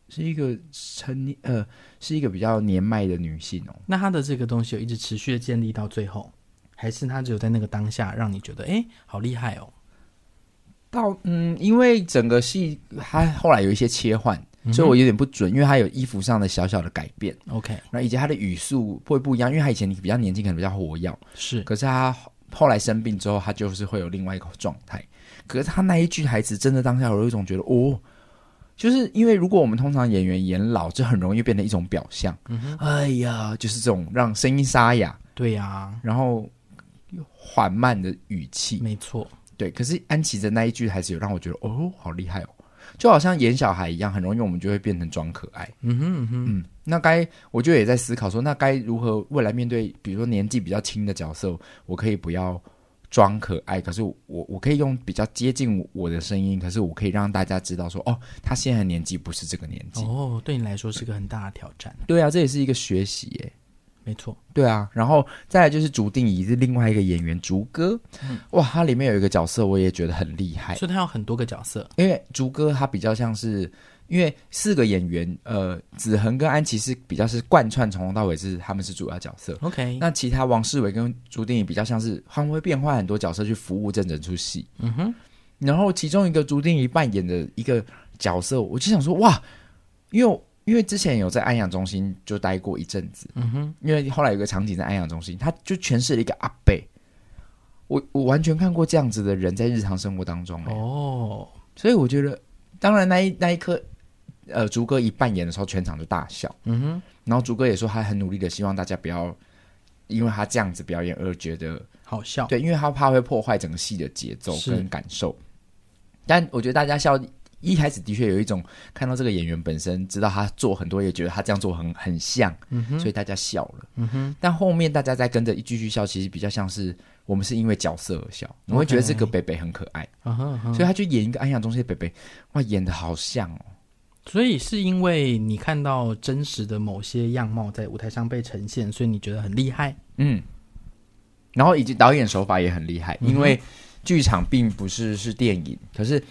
Speaker 2: 是一个成年呃，是一个比较年迈的女性哦。
Speaker 1: 那他的这个东西有一直持续的建立到最后，还是他只有在那个当下让你觉得，哎，好厉害哦，
Speaker 2: 到嗯，因为整个戏它后来有一些切换，所以我有点不准，因为它有衣服上的小小的改变。
Speaker 1: OK，
Speaker 2: 那以及他的语速会不一样，因为他以前比较年轻，可能比较活跃，
Speaker 1: 是
Speaker 2: 可是他后来生病之后，他就是会有另外一个状态。可是他那一句台词，真的当下我有一种觉得，哦，就是因为如果我们通常演员演老，就很容易变成一种表象。哎呀，就是这种让声音沙哑，
Speaker 1: 对呀、
Speaker 2: 然后缓慢的语气。
Speaker 1: 没错，
Speaker 2: 对，可是安琪的那一句台词，有让我觉得，哦，好厉害哦，就好像演小孩一样，很容易我们就会变成装可爱。
Speaker 1: 嗯哼嗯哼，
Speaker 2: 嗯，那该我就也在思考说，那该如何未来面对，比如说年纪比较轻的角色，我可以不要装可爱，可是我我可以用比较接近我的声音，可是我可以让大家知道说，哦，他现在的年纪不是这个年纪。
Speaker 1: 哦，对你来说是个很大的挑战，
Speaker 2: 对啊，这也是一个学习耶。
Speaker 1: 没错，
Speaker 2: 对啊，然后再来就是竹定仪是另外一个演员竹哥，哇，他里面有一个角色我也觉得很厉害，
Speaker 1: 所以他有很多个角色，
Speaker 2: 因为竹哥他比较像是，因为四个演员，呃，子恒跟安琪是比较是贯穿从头到尾是他们是主要角色，
Speaker 1: OK，
Speaker 2: 那其他王世伟跟朱定宇比较像是，他们会变换很多角色去服务这整出戏。
Speaker 1: 嗯哼，
Speaker 2: 然后其中一个朱定宇扮演的一个角色，我就想说哇，因为因为之前有在安养中心就待过一阵子，
Speaker 1: 嗯哼，
Speaker 2: 因为后来有个场景在安养中心，他就诠释了一个阿贝。我我完全看过这样子的人在日常生活当中、欸，
Speaker 1: 哦，
Speaker 2: 所以我觉得，当然那一那一刻，呃，竹哥一扮演的时候，全场就大笑。
Speaker 1: 嗯哼，
Speaker 2: 然后竹哥也说他很努力的希望大家不要因为他这样子表演而觉得
Speaker 1: 好笑，
Speaker 2: 对，因为他怕会破坏整个戏的节奏
Speaker 1: 哦是
Speaker 2: 跟感受。但我觉得大家笑一开始的确有一种看到这个演员本身，知道他做很多，也觉得他这样做很很像，
Speaker 1: 嗯哼，
Speaker 2: 所以大家笑了。
Speaker 1: 嗯哼，
Speaker 2: 但后面大家再跟着一继续笑，其实比较像是我们是因为角色而笑，我会觉得这个北北很可爱，
Speaker 1: 嗯哼，嗯哼
Speaker 2: 所以他去演一个安养中心的北北，哇，演的好像哦。
Speaker 1: 所以是因为你看到真实的某些样貌在舞台上被呈现，所以你觉得很厉害。
Speaker 2: 嗯，然后以及导演手法也很厉害，
Speaker 1: 嗯哼
Speaker 2: 因为剧场并不是是电影，可是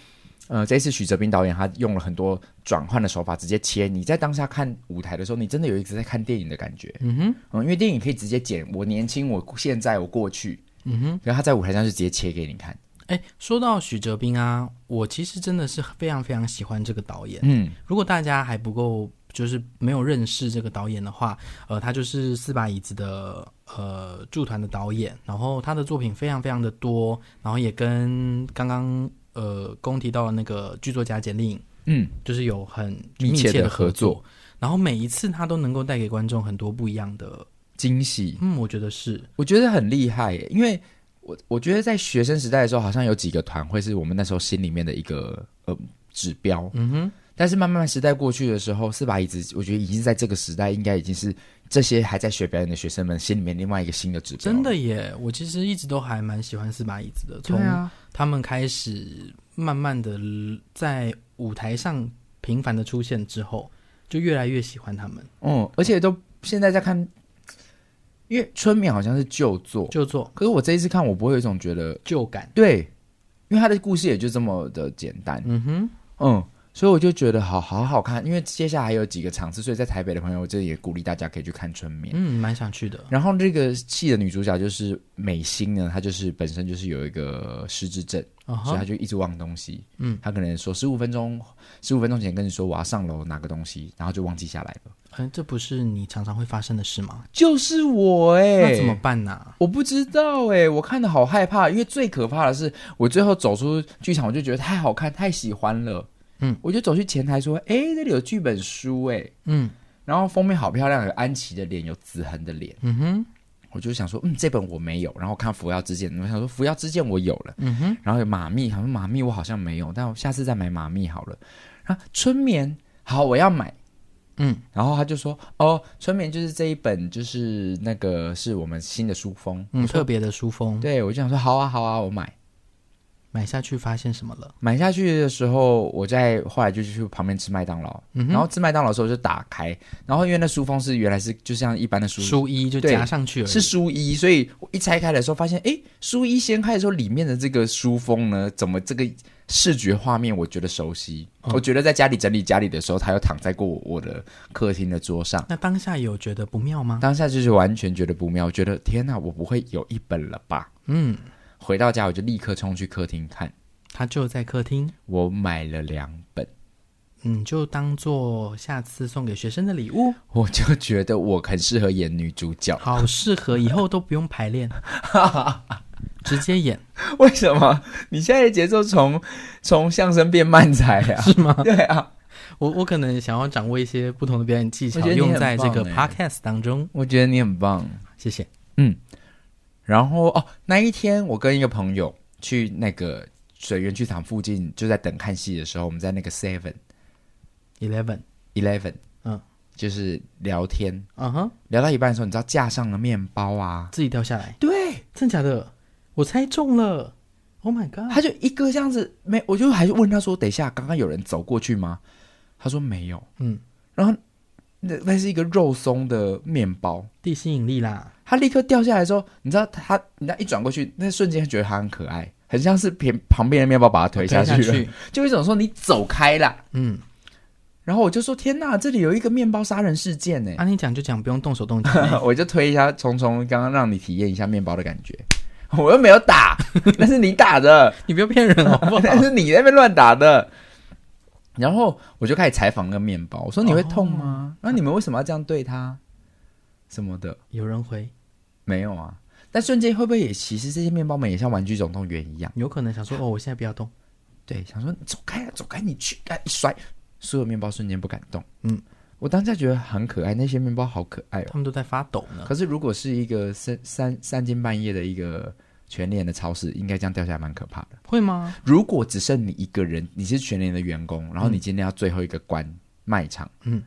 Speaker 2: 呃，这一次许哲斌导演他用了很多转换的手法，直接切。你在当下看舞台的时候，你真的有一直在看电影的感觉，
Speaker 1: 嗯哼，
Speaker 2: 嗯，因为电影可以直接剪我年轻，我现在，我过去，
Speaker 1: 嗯哼。
Speaker 2: 然后他在舞台上就直接切给你看，
Speaker 1: 哎，说到许哲斌啊，我其实真的是非常非常喜欢这个导演。
Speaker 2: 嗯，
Speaker 1: 如果大家还不够，就是没有认识这个导演的话，呃，他就是四把椅子的呃驻团的导演，然后他的作品非常非常的多，然后也跟刚刚呃公提到的那个剧作家简令
Speaker 2: 嗯，
Speaker 1: 就是有很
Speaker 2: 密切的
Speaker 1: 的
Speaker 2: 合作
Speaker 1: 作，然后每一次他都能够带给观众很多不一样的，
Speaker 2: 惊喜，
Speaker 1: 嗯，我觉得是，
Speaker 2: 我觉得很厉害耶，因为我我觉得在学生时代的时候，好像有几个团会是我们那时候心里面的一个呃指标，
Speaker 1: 嗯哼，
Speaker 2: 但是慢慢时代过去的时候，四把椅子，我觉得已经在这个时代，应该已经是这些还在学表演的学生们心里面另外一个新的指标。
Speaker 1: 真的，耶，我其实一直都还蛮喜欢四把椅子的，
Speaker 2: 对
Speaker 1: 从
Speaker 2: 啊，
Speaker 1: 他们开始慢慢的在舞台上频繁的出现之后，就越来越喜欢他们。
Speaker 2: 嗯，而且都现在在看，因为春眠好像是旧作，
Speaker 1: 就做
Speaker 2: 可是我这一次看，我不会有一种觉得
Speaker 1: 旧感，
Speaker 2: 对，因为他的故事也就这么的简单，
Speaker 1: 嗯哼，
Speaker 2: 嗯，所以我就觉得好好好看，因为接下来还有几个场次，所以在台北的朋友，我这里也鼓励大家可以去看《春眠》
Speaker 1: 嗯，蛮想去的。
Speaker 2: 然后这个戏的女主角就是美心呢，她就是本身就是有一个失智症，
Speaker 1: 啊
Speaker 2: 所以她
Speaker 1: 哈，
Speaker 2: 就一直忘东西。
Speaker 1: 嗯，
Speaker 2: 她可能说十五分钟，十五分钟前跟你说我要上楼拿个东西，然后就忘记下来了。
Speaker 1: 嗯，这不是你常常会发生的事吗？
Speaker 2: 就是我哎、
Speaker 1: 那怎么办呢？
Speaker 2: 我不知道哎、我看的好害怕，因为最可怕的是，我最后走出剧场，我就觉得太好看，太喜欢了。
Speaker 1: 嗯，
Speaker 2: 我就走去前台说：“哎、这里有剧本书哎、
Speaker 1: 嗯
Speaker 2: 然后封面好漂亮，有安琪的脸，有子恒的脸。
Speaker 1: 嗯哼
Speaker 2: 我就想说，嗯，这本我没有。然后看《扶摇之剑》，我想说《扶摇之剑》我有了。
Speaker 1: 嗯哼，
Speaker 2: 然后有马密，好像马密我好像没有，但我下次再买马密好了。然后春眠，好，我要买。
Speaker 1: 嗯，
Speaker 2: 然后他就说：“哦，春眠就是这一本，就是那个是我们新的书封。
Speaker 1: 嗯，特别的书风，
Speaker 2: 对，我就想说好啊好啊，我买。
Speaker 1: 买下去发现什么了？
Speaker 2: 买下去的时候，我在后来就去旁边吃麦当劳，
Speaker 1: 嗯哼
Speaker 2: 然后吃麦当劳的时候就打开，然后因为那书封是原来是就像一般的书
Speaker 1: 书衣就夹上去了，
Speaker 2: 是书衣，所以我一拆开的时候发现，诶，书衣掀开的时候里面的这个书封呢，怎么这个视觉画面我觉得熟悉？
Speaker 1: 哦
Speaker 2: 我觉得在家里整理家里的时候，它又躺在过我的客厅的桌上。
Speaker 1: 那当下有觉得不妙吗？
Speaker 2: 当下就是完全觉得不妙，我觉得天哪，我不会有一本了吧？
Speaker 1: 嗯，
Speaker 2: 回到家我就立刻冲去客厅看，
Speaker 1: 他就在客厅，
Speaker 2: 我买了两本。
Speaker 1: 你就当做下次送给学生的礼物，
Speaker 2: 我就觉得我很适合演女主角，
Speaker 1: 好适合，以后都不用排 (laughs) 练，直接演
Speaker 2: 为什么？你现在的节奏从从相声变慢才啊？
Speaker 1: 是吗？
Speaker 2: (laughs) 对啊，
Speaker 1: 我我可能想要掌握一些不同的表演技巧
Speaker 2: 我觉，得你很
Speaker 1: 用在这个
Speaker 2: 棒欸
Speaker 1: podcast 当中。
Speaker 2: 我觉得你很棒。
Speaker 1: 谢谢。
Speaker 2: 然后哦，那一天我跟一个朋友去那个水源剧场附近，就在等看戏的时候，我们在那个 Seven
Speaker 1: Eleven，
Speaker 2: Eleven，
Speaker 1: 嗯，
Speaker 2: 就是聊天，
Speaker 1: 嗯哼，
Speaker 2: 聊到一半的时候，你知道架上了面包啊，
Speaker 1: 自己掉下来，
Speaker 2: 对，
Speaker 1: 真假的？我猜中了！Oh my god！
Speaker 2: 他就一个这样子，没，我就还问他说，等一下，刚刚有人走过去吗？他说没有，
Speaker 1: 嗯，
Speaker 2: 然后那那是一个肉松的面包。
Speaker 1: 地心引力啦，
Speaker 2: 他立刻掉下来之后，你知道他，你知道一转过去，那瞬间觉得他很可爱，很像是旁旁边的面包把他推下去了， (laughs)
Speaker 1: 推下去
Speaker 2: 就有一种说你走开啦，
Speaker 1: 嗯，
Speaker 2: (laughs) 然后我就说：“天哪，这里有一个面包杀人事件呢
Speaker 1: 按、你讲就讲，不用动手动脚。！”
Speaker 2: (laughs)
Speaker 1: (laughs)
Speaker 2: 我就推一下聪聪，刚刚让你体验一下面包的感觉。 (laughs) 我又没有打， (laughs) 那是你打的，
Speaker 1: 你不要骗人好不好？ (laughs)
Speaker 2: 那 (laughs) 是你在那边乱打的。然后我就开始采访那个面包，我说：“你会痛吗？那、你们为什么要这样对他？什么的
Speaker 1: 有人回，
Speaker 2: 没有啊？但瞬间会不会也其实这些面包们也像《玩具总动员》一样？
Speaker 1: 有可能想说哦，我现在不要动，
Speaker 2: 对，想说走开啊，走开，你去！哎，一甩，所有面包瞬间不敢动。
Speaker 1: 嗯
Speaker 2: 嗯，我当下觉得很可爱，那些面包好可爱哦。
Speaker 1: 他们都在发抖呢。
Speaker 2: 可是如果是一个三三三更半夜的一个全联的超市，应该这样掉下来蛮可怕的。
Speaker 1: 会吗？
Speaker 2: 如果只剩你一个人，你是全联的员工，然后你今天要最后一个关卖场，
Speaker 1: 嗯，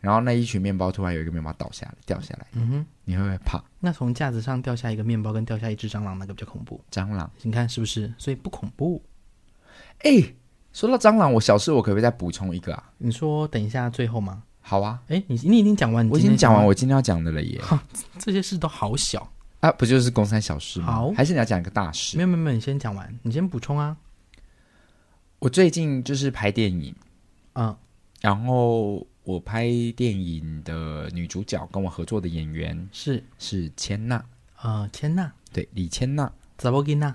Speaker 2: 然后那一群面包突然有一个面包倒下来，掉下来，
Speaker 1: 嗯哼，
Speaker 2: 你会不会怕
Speaker 1: 那从架子上掉下一个面包，跟掉下一只蟑螂那个比较恐怖。
Speaker 2: 蟑螂？
Speaker 1: 你看是不是？所以不恐怖。
Speaker 2: 哎、说到蟑螂，我小事我可不可以再补充一个啊？
Speaker 1: 你说等一下最后吗？
Speaker 2: 好啊，
Speaker 1: 哎，你你已经讲完，你
Speaker 2: 我已
Speaker 1: 今
Speaker 2: 经
Speaker 1: 天
Speaker 2: 讲完
Speaker 1: 想
Speaker 2: 我今天要讲的了耶。
Speaker 1: 要，这些事都好小。
Speaker 2: 啊，不就是公三小事吗？
Speaker 1: 好
Speaker 2: 还是你要讲一个大事
Speaker 1: 没？有没有没有，你先讲完，你先补充啊。
Speaker 2: 我最近就是拍电影，啊
Speaker 1: 嗯
Speaker 2: 然后我拍电影的女主角跟我合作的演员
Speaker 1: 是
Speaker 2: 是千娜，
Speaker 1: 呃，千娜、
Speaker 2: 对，李千娜，
Speaker 1: 扎波吉娜，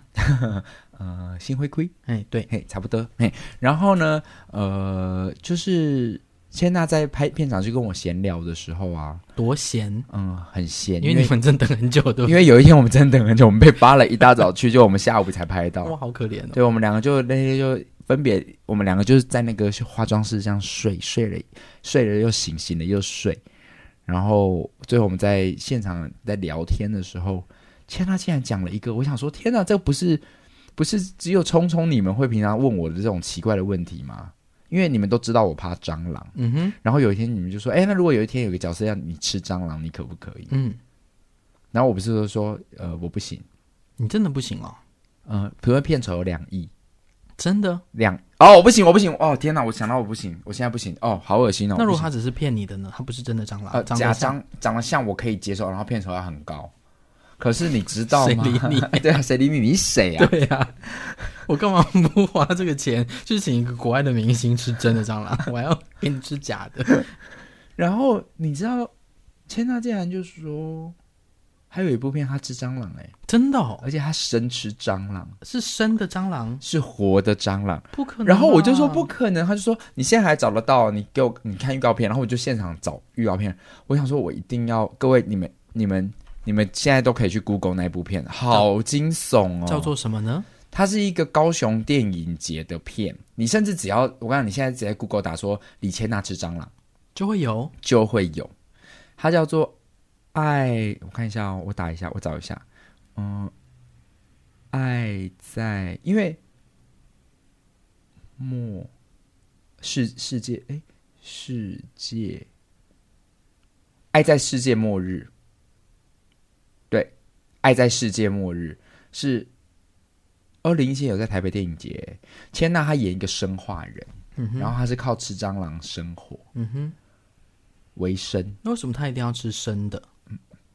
Speaker 2: 呃，幸会亏，
Speaker 1: 哎，对，
Speaker 2: 嘿，差不多，嘿。然后呢，呃，就是千娜在拍片场去跟我闲聊的时候啊，
Speaker 1: 多闲，
Speaker 2: 嗯，很闲，
Speaker 1: 因为你们真的等很久，对不
Speaker 2: 因为有一天我们真的等很久，我们被扒了一大早去，就我们下午才拍
Speaker 1: 对？哇，
Speaker 2: 到，
Speaker 1: 好可怜哦。
Speaker 2: 对，我们两个就那天就。分别，我们两个就是在那个化妆室这样睡，睡了睡了又醒，醒了又睡，然后最后我们在现场在聊天的时候，千娜竟然讲了一个，我想说，天哪，这不是不是只有聪聪你们会平常问我的这种奇怪的问题吗？因为你们都知道我怕蟑螂，
Speaker 1: 嗯哼，
Speaker 2: 然后有一天你们就说，哎，那如果有一天有个角色要你吃蟑螂，你可不可以？
Speaker 1: 嗯，
Speaker 2: 然后我不是都说，呃，我不行，
Speaker 1: 你真的不行哦，
Speaker 2: 呃，比如说片酬有两亿，
Speaker 1: 真的。
Speaker 2: 两哦，我不行，我不行，哦，天哪，我想到我不行，我现在不行，哦，好恶心哦。
Speaker 1: 那如果
Speaker 2: 我不行
Speaker 1: 他只是骗你的呢？他不是真的蟑螂，
Speaker 2: 呃
Speaker 1: 长
Speaker 2: 假
Speaker 1: 得像
Speaker 2: 长长得像我可以接受，然后片酬要很高，可是你知道吗？
Speaker 1: 谁理你
Speaker 2: (laughs) 对啊，谁理你？你谁啊？
Speaker 1: 对呀、 (laughs) 我干嘛不花这个钱去请一个国外的明星吃真的蟑
Speaker 2: (laughs)
Speaker 1: 螂？我还要给你吃假的？
Speaker 2: 然后你知道，千娜竟然就说，还有一部片他吃蟑螂哎、
Speaker 1: 真的、哦、
Speaker 2: 而且他生吃蟑螂，
Speaker 1: 是生的蟑螂？
Speaker 2: 是活的蟑螂。
Speaker 1: 不可能、啊
Speaker 2: 然后我就说不，可能，他就说你现在还找得到，你给我你看预告片，然后我就现场找预告片。我想说，我一定要各位你们你们你们现在都可以去 Google 那部片，好惊悚哦！
Speaker 1: 叫做什么呢？
Speaker 2: 它是一个高雄电影节的片，你甚至只要我跟你讲，你现在直接 Google 打说李千娜吃蟑螂
Speaker 1: 就会有
Speaker 2: 就会有，它叫做爱，我看一下哦，我打一下，我找一下，嗯，爱在因为末世世界哎世界爱在世界末日，对，爱在世界末日是二零一七有在台北电影节，千娜她演一个生化人，
Speaker 1: 嗯
Speaker 2: 然后她是靠吃蟑螂生活
Speaker 1: 嗯哼，
Speaker 2: 为生，
Speaker 1: 那为什么他一定要吃生的？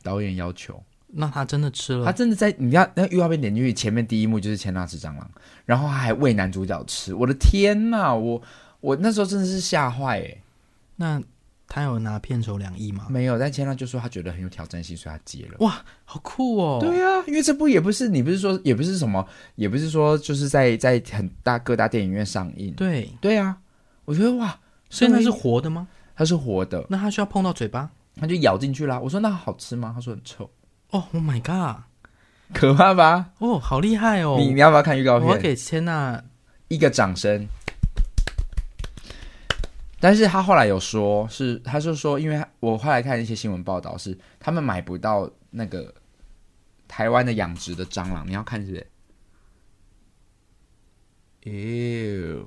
Speaker 2: 导演要求。
Speaker 1: 那他真的吃
Speaker 2: 他
Speaker 1: 了？
Speaker 2: 真的在你看那预告片点进去，前面第一幕就是千娜吃蟑螂，然后他还喂男主角吃，我的天呐，我我那时候真的是吓坏哎，
Speaker 1: 那他有拿片酬两亿吗？
Speaker 2: 没有，但千娜就说她觉得很有挑战性，所以她接了。
Speaker 1: 哇，好酷哦！
Speaker 2: 对啊，因为这部也不是你不是说也不是什么，也不是说就是在在很大各大电影院上映。
Speaker 1: 对，
Speaker 2: 对啊，我觉得哇，
Speaker 1: 所以
Speaker 2: 身
Speaker 1: 那
Speaker 2: 为
Speaker 1: 是活的吗？
Speaker 2: 它是活的，
Speaker 1: 那他需要碰到嘴巴
Speaker 2: 它就咬进去啦。我说那好吃吗？他说很臭，
Speaker 1: 哦，Oh my god！
Speaker 2: 可怕吧？
Speaker 1: 哦，好厉害哦！
Speaker 2: 你你要不要看预告片？
Speaker 1: 我要给啊千娜
Speaker 2: 一个掌声。但是他后来有说，是他就说，因为他我后来看一些新闻报道，是他们买不到那个台湾的养殖的蟑螂，你要看是不是？哟，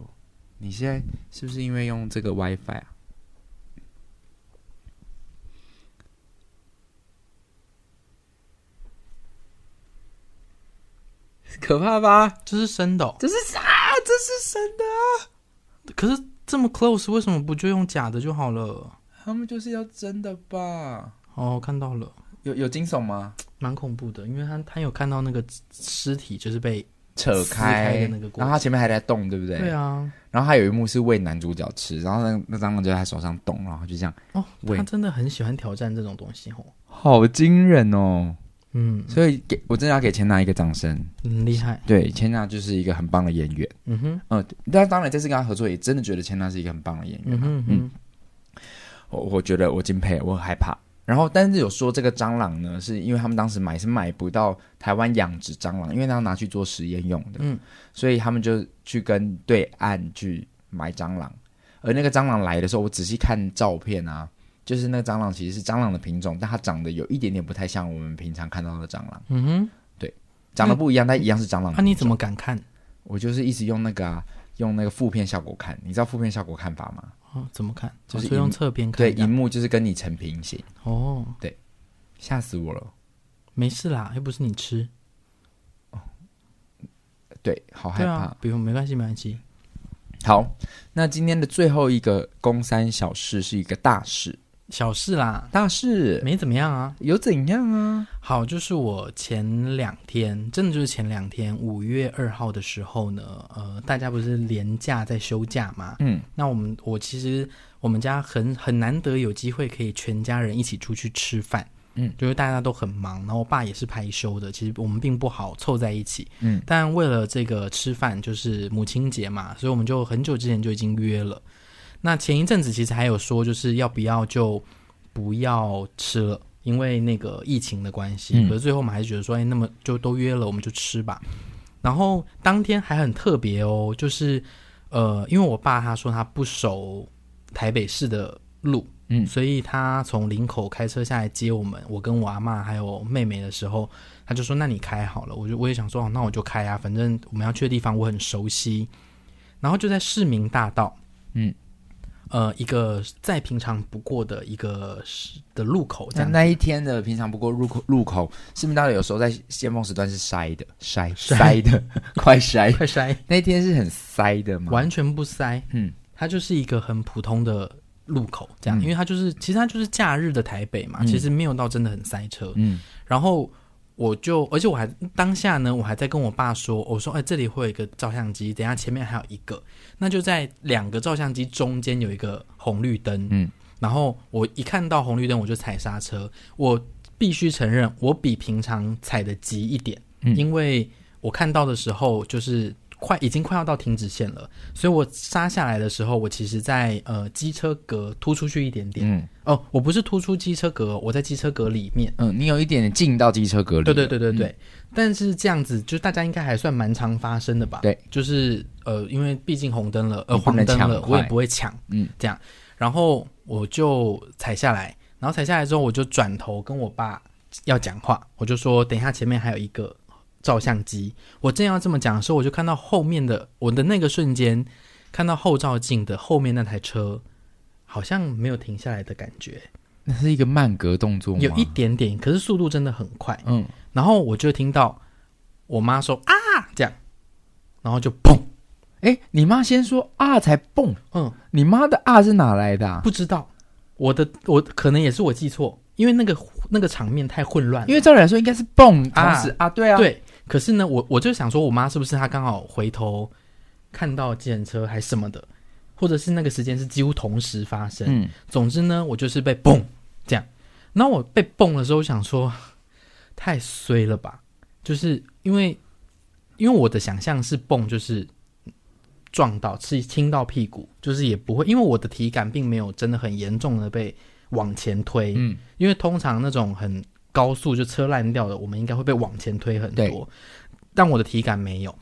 Speaker 2: 你现在是不是因为用这个 WiFi 啊？可怕吧？
Speaker 1: 这是生的哦、
Speaker 2: 这是啥？这是神的！
Speaker 1: 啊可是这么 close，为什么不就用假的就好了？
Speaker 2: 他们就是要真的吧？
Speaker 1: 哦，看到了，
Speaker 2: 有有惊悚吗？
Speaker 1: 蛮恐怖的，因为他他有看到那个尸体就是被
Speaker 2: 扯
Speaker 1: 撕开的那个过程
Speaker 2: 然后他前面还在动，对不对？
Speaker 1: 对。啊，
Speaker 2: 然后还有一幕是喂男主角吃，然后那那蟑螂就在他手上动，然后就这样，
Speaker 1: 哦，
Speaker 2: 喂
Speaker 1: 他真的很喜欢挑战这种东西哦，
Speaker 2: 好惊人哦！
Speaker 1: 嗯，
Speaker 2: 所以给我真的要给千娜一个掌声。
Speaker 1: 很厉害，
Speaker 2: 对，千娜就是一个很棒的演员。
Speaker 1: 嗯哼，
Speaker 2: 嗯，但当然这次跟他合作，也真的觉得千娜是一个很棒的演员。
Speaker 1: 嗯哼嗯哼，
Speaker 2: 我我觉得我敬佩，我很害怕。然后，但是有说这个蟑螂呢，是因为他们当时买是买不到台湾养殖蟑螂，因为他要拿去做实验用的，
Speaker 1: 嗯，
Speaker 2: 所以他们就去跟对岸去买蟑螂。而那个蟑螂来的时候，我仔细看照片啊，就是那个蟑螂其实是蟑螂的品种，但它长得有一点点不太像我们平常看到的蟑螂，
Speaker 1: 嗯哼，啊
Speaker 2: 长得不一样，但一样是蟑螂。
Speaker 1: 嗯那、你怎么敢看？
Speaker 2: 我就是一直用那个啊，用那个负片效果看，你知道负片效果看法吗？
Speaker 1: 哦，怎么看？
Speaker 2: 就是
Speaker 1: 哦所以
Speaker 2: 荧
Speaker 1: 用侧边看
Speaker 2: 对，
Speaker 1: 这
Speaker 2: 荧
Speaker 1: 样，
Speaker 2: 幕就是跟你成平行，
Speaker 1: 哦，
Speaker 2: 吓死我了。
Speaker 1: 没事啦，又不是你吃，
Speaker 2: 对，好害
Speaker 1: 对
Speaker 2: 怕
Speaker 1: 啊。，不用，没关系，没关系，
Speaker 2: 好，那今天的最后一个公三小事是一个大事，
Speaker 1: 小事啦，
Speaker 2: 大事
Speaker 1: 没怎么样啊。
Speaker 2: 有怎样啊？
Speaker 1: 好，就是我前两天，真的就是前两天，五月二号的时候呢，呃，大家不是连假在休假嘛？
Speaker 2: 嗯，
Speaker 1: 那我们我其实我们家很很难得有机会可以全家人一起出去吃饭，
Speaker 2: 嗯，
Speaker 1: 就是大家都很忙，然后我爸也是排休的，其实我们并不好凑在一起，
Speaker 2: 嗯，
Speaker 1: 但为了这个吃饭，就是母亲节嘛，所以我们就很久之前就已经约了。那前一阵子其实还有说，就是要不要就不要吃了，因为那个疫情的关系。
Speaker 2: 嗯
Speaker 1: 可是最后我们还是觉得说，哎，那么就都约了，我们就吃吧。然后当天还很特别哦，就是呃，因为我爸他说他不熟台北市的路，
Speaker 2: 嗯
Speaker 1: 所以他从林口开车下来接我们，我跟我阿妈还有妹妹的时候，他就说：“那你开好了。”我就我也想说：“哦，那我就开啊，反正我们要去的地方我很熟悉。”然后就在市民大道，
Speaker 2: 嗯，
Speaker 1: 呃，一个再平常不过的一个是的路口，这
Speaker 2: 那
Speaker 1: 样
Speaker 2: 那一天的平常不过入口入口，是不是大家有时候在尖峰时段是塞的，塞
Speaker 1: 塞！
Speaker 2: 塞的， (laughs) 快塞
Speaker 1: 快塞，
Speaker 2: 那天是很塞的吗？
Speaker 1: 完全不塞，
Speaker 2: 嗯，
Speaker 1: 它就是一个很普通的路口，这样，
Speaker 2: 嗯
Speaker 1: 因为它就是其实它就是假日的台北嘛，
Speaker 2: 嗯
Speaker 1: 其实没有到真的很塞车，
Speaker 2: 嗯
Speaker 1: 然后我就，而且我还当下呢，我还在跟我爸说，我说，哎，这里会有一个照相机，等一下前面还有一个，那就在两个照相机中间有一个红绿灯，
Speaker 2: 嗯，
Speaker 1: 然后我一看到红绿灯我就踩刹车，我必须承认我比平常踩的急一点，
Speaker 2: 嗯
Speaker 1: 因为我看到的时候就是快已经快要到停止线了，所以我刹下来的时候，我其实在呃机车格突出去一点点，
Speaker 2: 嗯
Speaker 1: 哦，我不是突出机车格哦，我在机车格里面。
Speaker 2: 嗯，你有一点点进到机车隔离，
Speaker 1: 对对对对
Speaker 2: 嗯
Speaker 1: 对，但是这样子就大家应该还算蛮常发生的吧？
Speaker 2: 对，
Speaker 1: 就是呃，因为毕竟红灯了，呃，
Speaker 2: 你不
Speaker 1: 黄
Speaker 2: 能
Speaker 1: 灯
Speaker 2: 抢
Speaker 1: 了，我也
Speaker 2: 快
Speaker 1: 不会抢，
Speaker 2: 嗯，
Speaker 1: 这样，然后我就踩下来，然后踩下来之后，我就转头跟我爸要讲话，我就说等一下前面还有一个照相机，我正要这么讲的时候，我就看到后面的我的那个瞬间，看到后照镜的后面那台车。好像没有停下来的感觉，
Speaker 2: 那是一个慢格动作吗？
Speaker 1: 有一点点，可是速度真的很快。
Speaker 2: 嗯，
Speaker 1: 然后我就听到我妈说啊这样，然后就砰，
Speaker 2: 哎，你妈先说啊才蹦，
Speaker 1: 嗯，
Speaker 2: 你妈的啊是哪来的、啊？
Speaker 1: 不知道我的我可能也是我记错，因为那个那个场面太混乱了，
Speaker 2: 因为照理来说应该是蹦，
Speaker 1: 啊
Speaker 2: 同时啊，对啊，，
Speaker 1: 对，可是呢，我我就想说，我妈是不是她刚好回头看到计程车还什么的，或者是那个时间是几乎同时发生，
Speaker 2: 嗯，
Speaker 1: 总之呢，我就是被蹦这样。然后我被蹦的时候，我想说太衰了吧，就是因为因为我的想象是蹦就是撞到，是亲到屁股，就是也不会，因为我的体感并没有真的很严重的被往前推，
Speaker 2: 嗯，
Speaker 1: 因为通常那种很高速就车烂掉的，我们应该会被往前推很
Speaker 2: 对
Speaker 1: 多，但我的体感没有，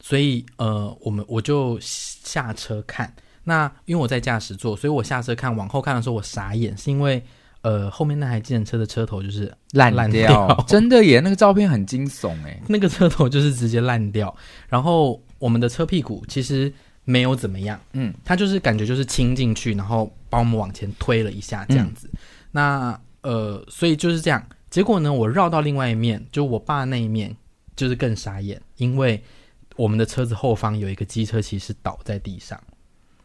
Speaker 1: 所以呃，我们我就下车看。那因为我在驾驶座，所以我下车看往后看的时候，我傻眼，是因为呃后面那台计程车的车头就是
Speaker 2: 烂
Speaker 1: 烂
Speaker 2: 掉 (laughs)
Speaker 1: 掉，
Speaker 2: 真的耶，那个照片很惊悚哎，
Speaker 1: 那个车头就是直接烂掉，然后我们的车屁股其实没有怎么样，
Speaker 2: 嗯，
Speaker 1: 它就是感觉就是倾进去，然后把我们往前推了一下这样子。那呃，所以就是这样。结果呢，我绕到另外一面，就我爸那一面，就是更傻眼，因为我们的车子后方有一个机车骑士倒在地上，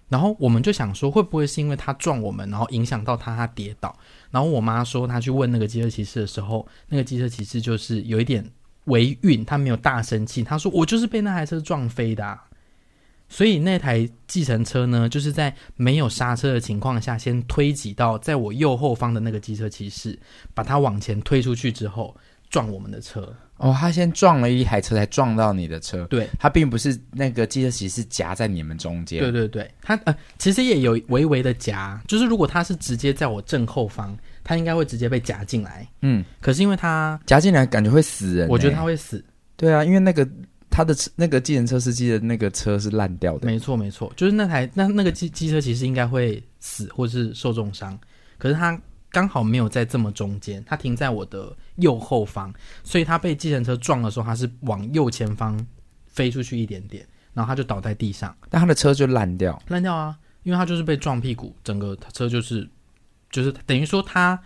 Speaker 1: 然后我们就想说，会不会是因为他撞我们，然后影响到他，他跌倒？然后我妈说，她去问那个机车骑士的时候，那个机车骑士就是有一点维运，他没有大生气，他说我就是被那台车撞飞的、啊。所以那台计程车呢，就是在没有刹车的情况下，先推挤到在我右后方的那个机车骑士，把他往前推出去之后，撞我们的车。
Speaker 2: 哦，他先撞了一台车，才撞到你的车，
Speaker 1: 对，
Speaker 2: 他并不是那个机车骑士夹在你们中间，
Speaker 1: 对对对，他呃，其实也有微微的夹，就是如果他是直接在我正后方，他应该会直接被夹进来。
Speaker 2: 嗯，
Speaker 1: 可是因为他，
Speaker 2: 夹进来感觉会死人欸，
Speaker 1: 我觉得他会死。
Speaker 2: 对啊，因为那个他的车那个计程车司机的那个车是烂掉的，
Speaker 1: 没错，没错，就是那台那那个机机车其实应该会死或是受重伤，可是他刚好没有在这么中间，他停在我的右后方，所以他被计程车撞的时候，他是往右前方飞出去一点点，然后他就倒在地上，
Speaker 2: 但他的车就烂掉，
Speaker 1: 烂掉啊，因为他就是被撞屁股，整个车就是就是等于说他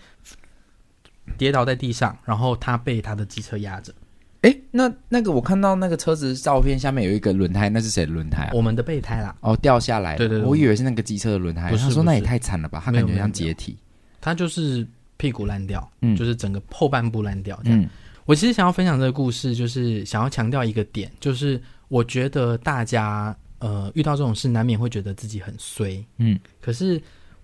Speaker 1: 跌倒在地上，然后他被他的机车压着，
Speaker 2: 诶，哎那那个我看到那个车子照片下面有一个轮胎，那是谁的轮胎啊？
Speaker 1: 我们的备胎啦，
Speaker 2: 哦，掉下来了，
Speaker 1: 对对对
Speaker 2: 我以为是那个机车的轮胎。
Speaker 1: 不是
Speaker 2: 他说
Speaker 1: 不
Speaker 2: 那
Speaker 1: 是
Speaker 2: 也太惨了吧，他
Speaker 1: 没
Speaker 2: 感
Speaker 1: 有
Speaker 2: 觉像
Speaker 1: 没有没
Speaker 2: 解体。
Speaker 1: 他就是屁股烂掉，
Speaker 2: 嗯
Speaker 1: 就是整个后半部烂掉这样。
Speaker 2: 嗯
Speaker 1: 我其实想要分享这个故事，就是想要强调一个点，就是我觉得大家呃遇到这种事，难免会觉得自己很衰，
Speaker 2: 嗯
Speaker 1: 可是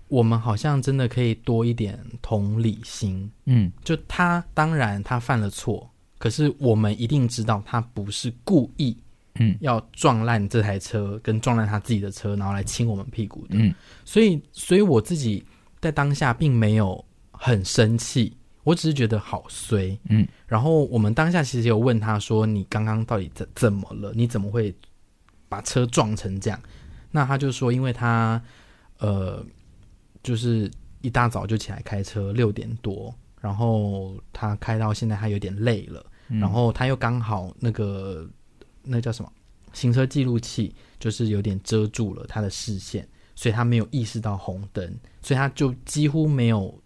Speaker 1: 我们好像真的可以多一点同理心。
Speaker 2: 嗯，
Speaker 1: 就他当然他犯了错，可是我们一定知道他不是故意，
Speaker 2: 嗯，
Speaker 1: 要撞烂这台车跟撞烂他自己的车，然后来亲我们屁股的。
Speaker 2: 嗯，
Speaker 1: 所以所以我自己在当下并没有很生气，我只是觉得好衰，
Speaker 2: 嗯。
Speaker 1: 然后我们当下其实有问他说：“你刚刚到底怎怎么了？你怎么会把车撞成这样？”那他就说：“因为他呃，就是一大早就起来开车，六点多，然后他开到现在他有点累了，然后他又刚好那个那叫什么行车记录器，就是有点遮住了他的视线，所以他没有意识到红灯，所以他就几乎没有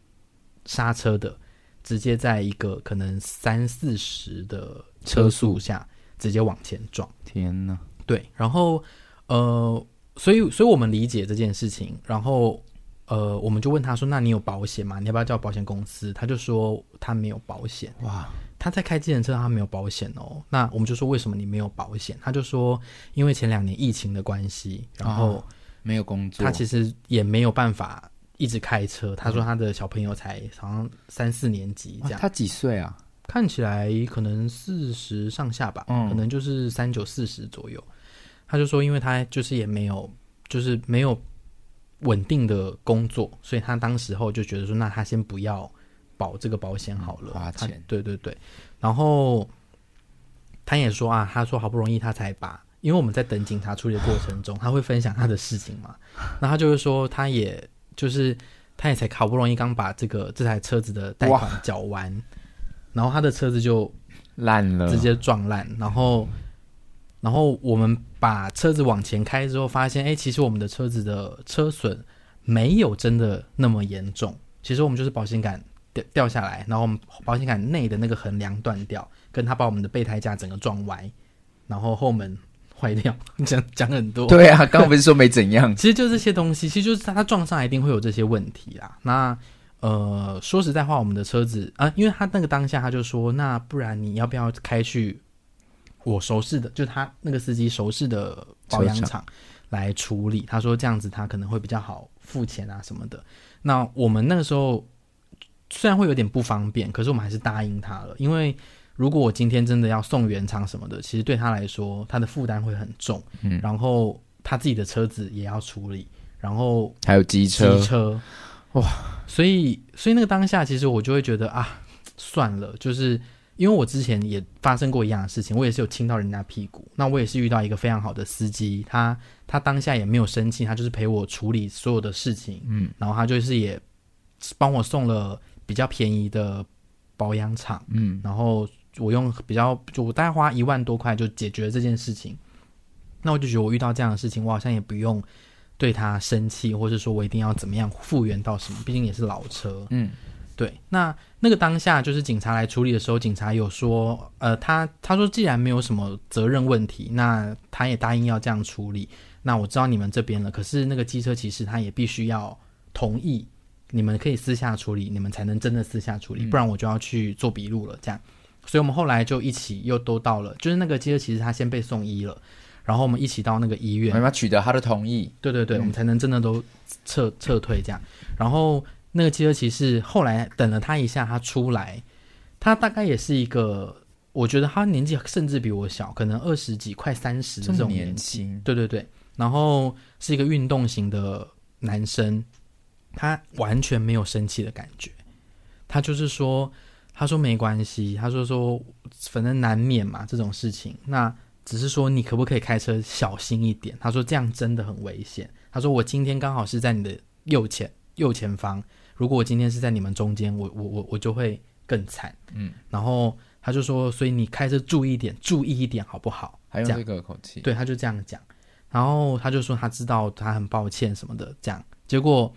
Speaker 1: 刹车的，直接在一个可能三四十的车速下直接往前撞。
Speaker 2: 天哪！
Speaker 1: 对，然后呃，所以所以我们理解这件事情，然后呃，我们就问他说：“那你有保险吗？你要不要叫保险公司？”他就说他没有保险。
Speaker 2: 哇，
Speaker 1: 他他在开计程车，他没有保险哦。那我们就说为什么你没有保险？他就说因为前两年疫情的关系，然后
Speaker 2: 没有工作，
Speaker 1: 他其实也没有办法一直开车。他说他的小朋友才好像三四年级这
Speaker 2: 嗯哇
Speaker 1: 样，
Speaker 2: 他几岁啊？
Speaker 1: 看起来可能四十上下吧，
Speaker 2: 嗯
Speaker 1: 可能就是三九四十左右。他就说，因为他就是也没有，就是没有稳定的工作，所以他当时候就觉得说，那他先不要保这个保险好了，
Speaker 2: 嗯花
Speaker 1: 他
Speaker 2: 钱
Speaker 1: 对对对，然后他也说啊，他说好不容易他才把，因为我们在等警察处理的过程中，他会分享他的事情
Speaker 2: (laughs)
Speaker 1: 嘛，那他就会说，他也就是他也才好不容易刚把这个这台车子的贷款缴完，然后他的车子就
Speaker 2: 烂了， (laughs)
Speaker 1: 直接撞烂，然后然后我们把车子往前开之后，发现哎，其实我们的车子的车损没有真的那么严重，其实我们就是保险杆掉掉下来，然后我们保险杆内的那个横梁断掉，跟他把我们的备胎架整个撞歪，然后后门坏掉，讲讲很多，？
Speaker 2: 对啊，刚刚不是说没怎样
Speaker 1: 其实就这些东西，其实就是它它撞上来一定会有这些问题啦。那呃，说实在话，我们的车子啊，因为他那个当下他就说，那不然你要不要开去我熟识的，就他那个司机熟识的保养
Speaker 2: 车
Speaker 1: 厂来处理？他说这样子他可能会比较好付钱啊什么的。那我们那个时候虽然会有点不方便，可是我们还是答应他了，因为如果我今天真的要送原厂什么的，其实对他来说他的负担会很重，
Speaker 2: 嗯
Speaker 1: 然后他自己的车子也要处理，然后
Speaker 2: (laughs) 还有机
Speaker 1: 机
Speaker 2: 车，
Speaker 1: 车，
Speaker 2: 哇！
Speaker 1: 所以，所以那个当下，其实我就会觉得啊，算了，就是因为我之前也发生过一样的事情，我也是有亲到人家屁股，那我也是遇到一个非常好的司机，他他当下也没有生气，他就是陪我处理所有的事情，
Speaker 2: 嗯，
Speaker 1: 然后他就是也帮我送了比较便宜的保养厂，
Speaker 2: 嗯，
Speaker 1: 然后我用比较就我大概花一万多块就解决了这件事情，那我就觉得我遇到这样的事情，我好像也不用对他生气，或是说我一定要怎么样复原到什么，毕竟也是老车，
Speaker 2: 嗯，
Speaker 1: 对。那那个当下就是警察来处理的时候，警察有说，呃，他他说既然没有什么责任问题，那他也答应要这样处理。那我知道你们这边了，可是那个机车骑士他也必须要同意，你们可以私下处理，你们才能真的私下处理，不然我就要去做笔录了。这样，所以我们后来就一起又都到了，就是那个机车骑士他先被送医了，然后我们一起到那个医
Speaker 2: 我
Speaker 1: 院
Speaker 2: 们，要取得他的同意，
Speaker 1: 对对对，我们才能真的都撤撤退这样。然后那个汽车骑士后来等了他一下，他出来，他大概也是一个，我觉得他年纪甚至比我小，可能二十几快三十的这
Speaker 2: 么
Speaker 1: 种
Speaker 2: 年
Speaker 1: 年纪。
Speaker 2: 轻，
Speaker 1: 对对对，然后是一个运动型的男生，他完全没有生气的感觉，他就是说，他说没关系，他说说反正难免嘛这种事情，那只是说你可不可以开车小心一点？他说这样真的很危险。他说我今天刚好是在你的右前右前方，如果我今天是在你们中间，我我我我就会更惨。
Speaker 2: 嗯，
Speaker 1: 然后他就说，所以你开车注意一点，注意一点好不好？
Speaker 2: 还
Speaker 1: 这
Speaker 2: 用
Speaker 1: 样
Speaker 2: 这个口气，
Speaker 1: 对，他就这样讲，然后他就说他知道他很抱歉什么的，这样，结果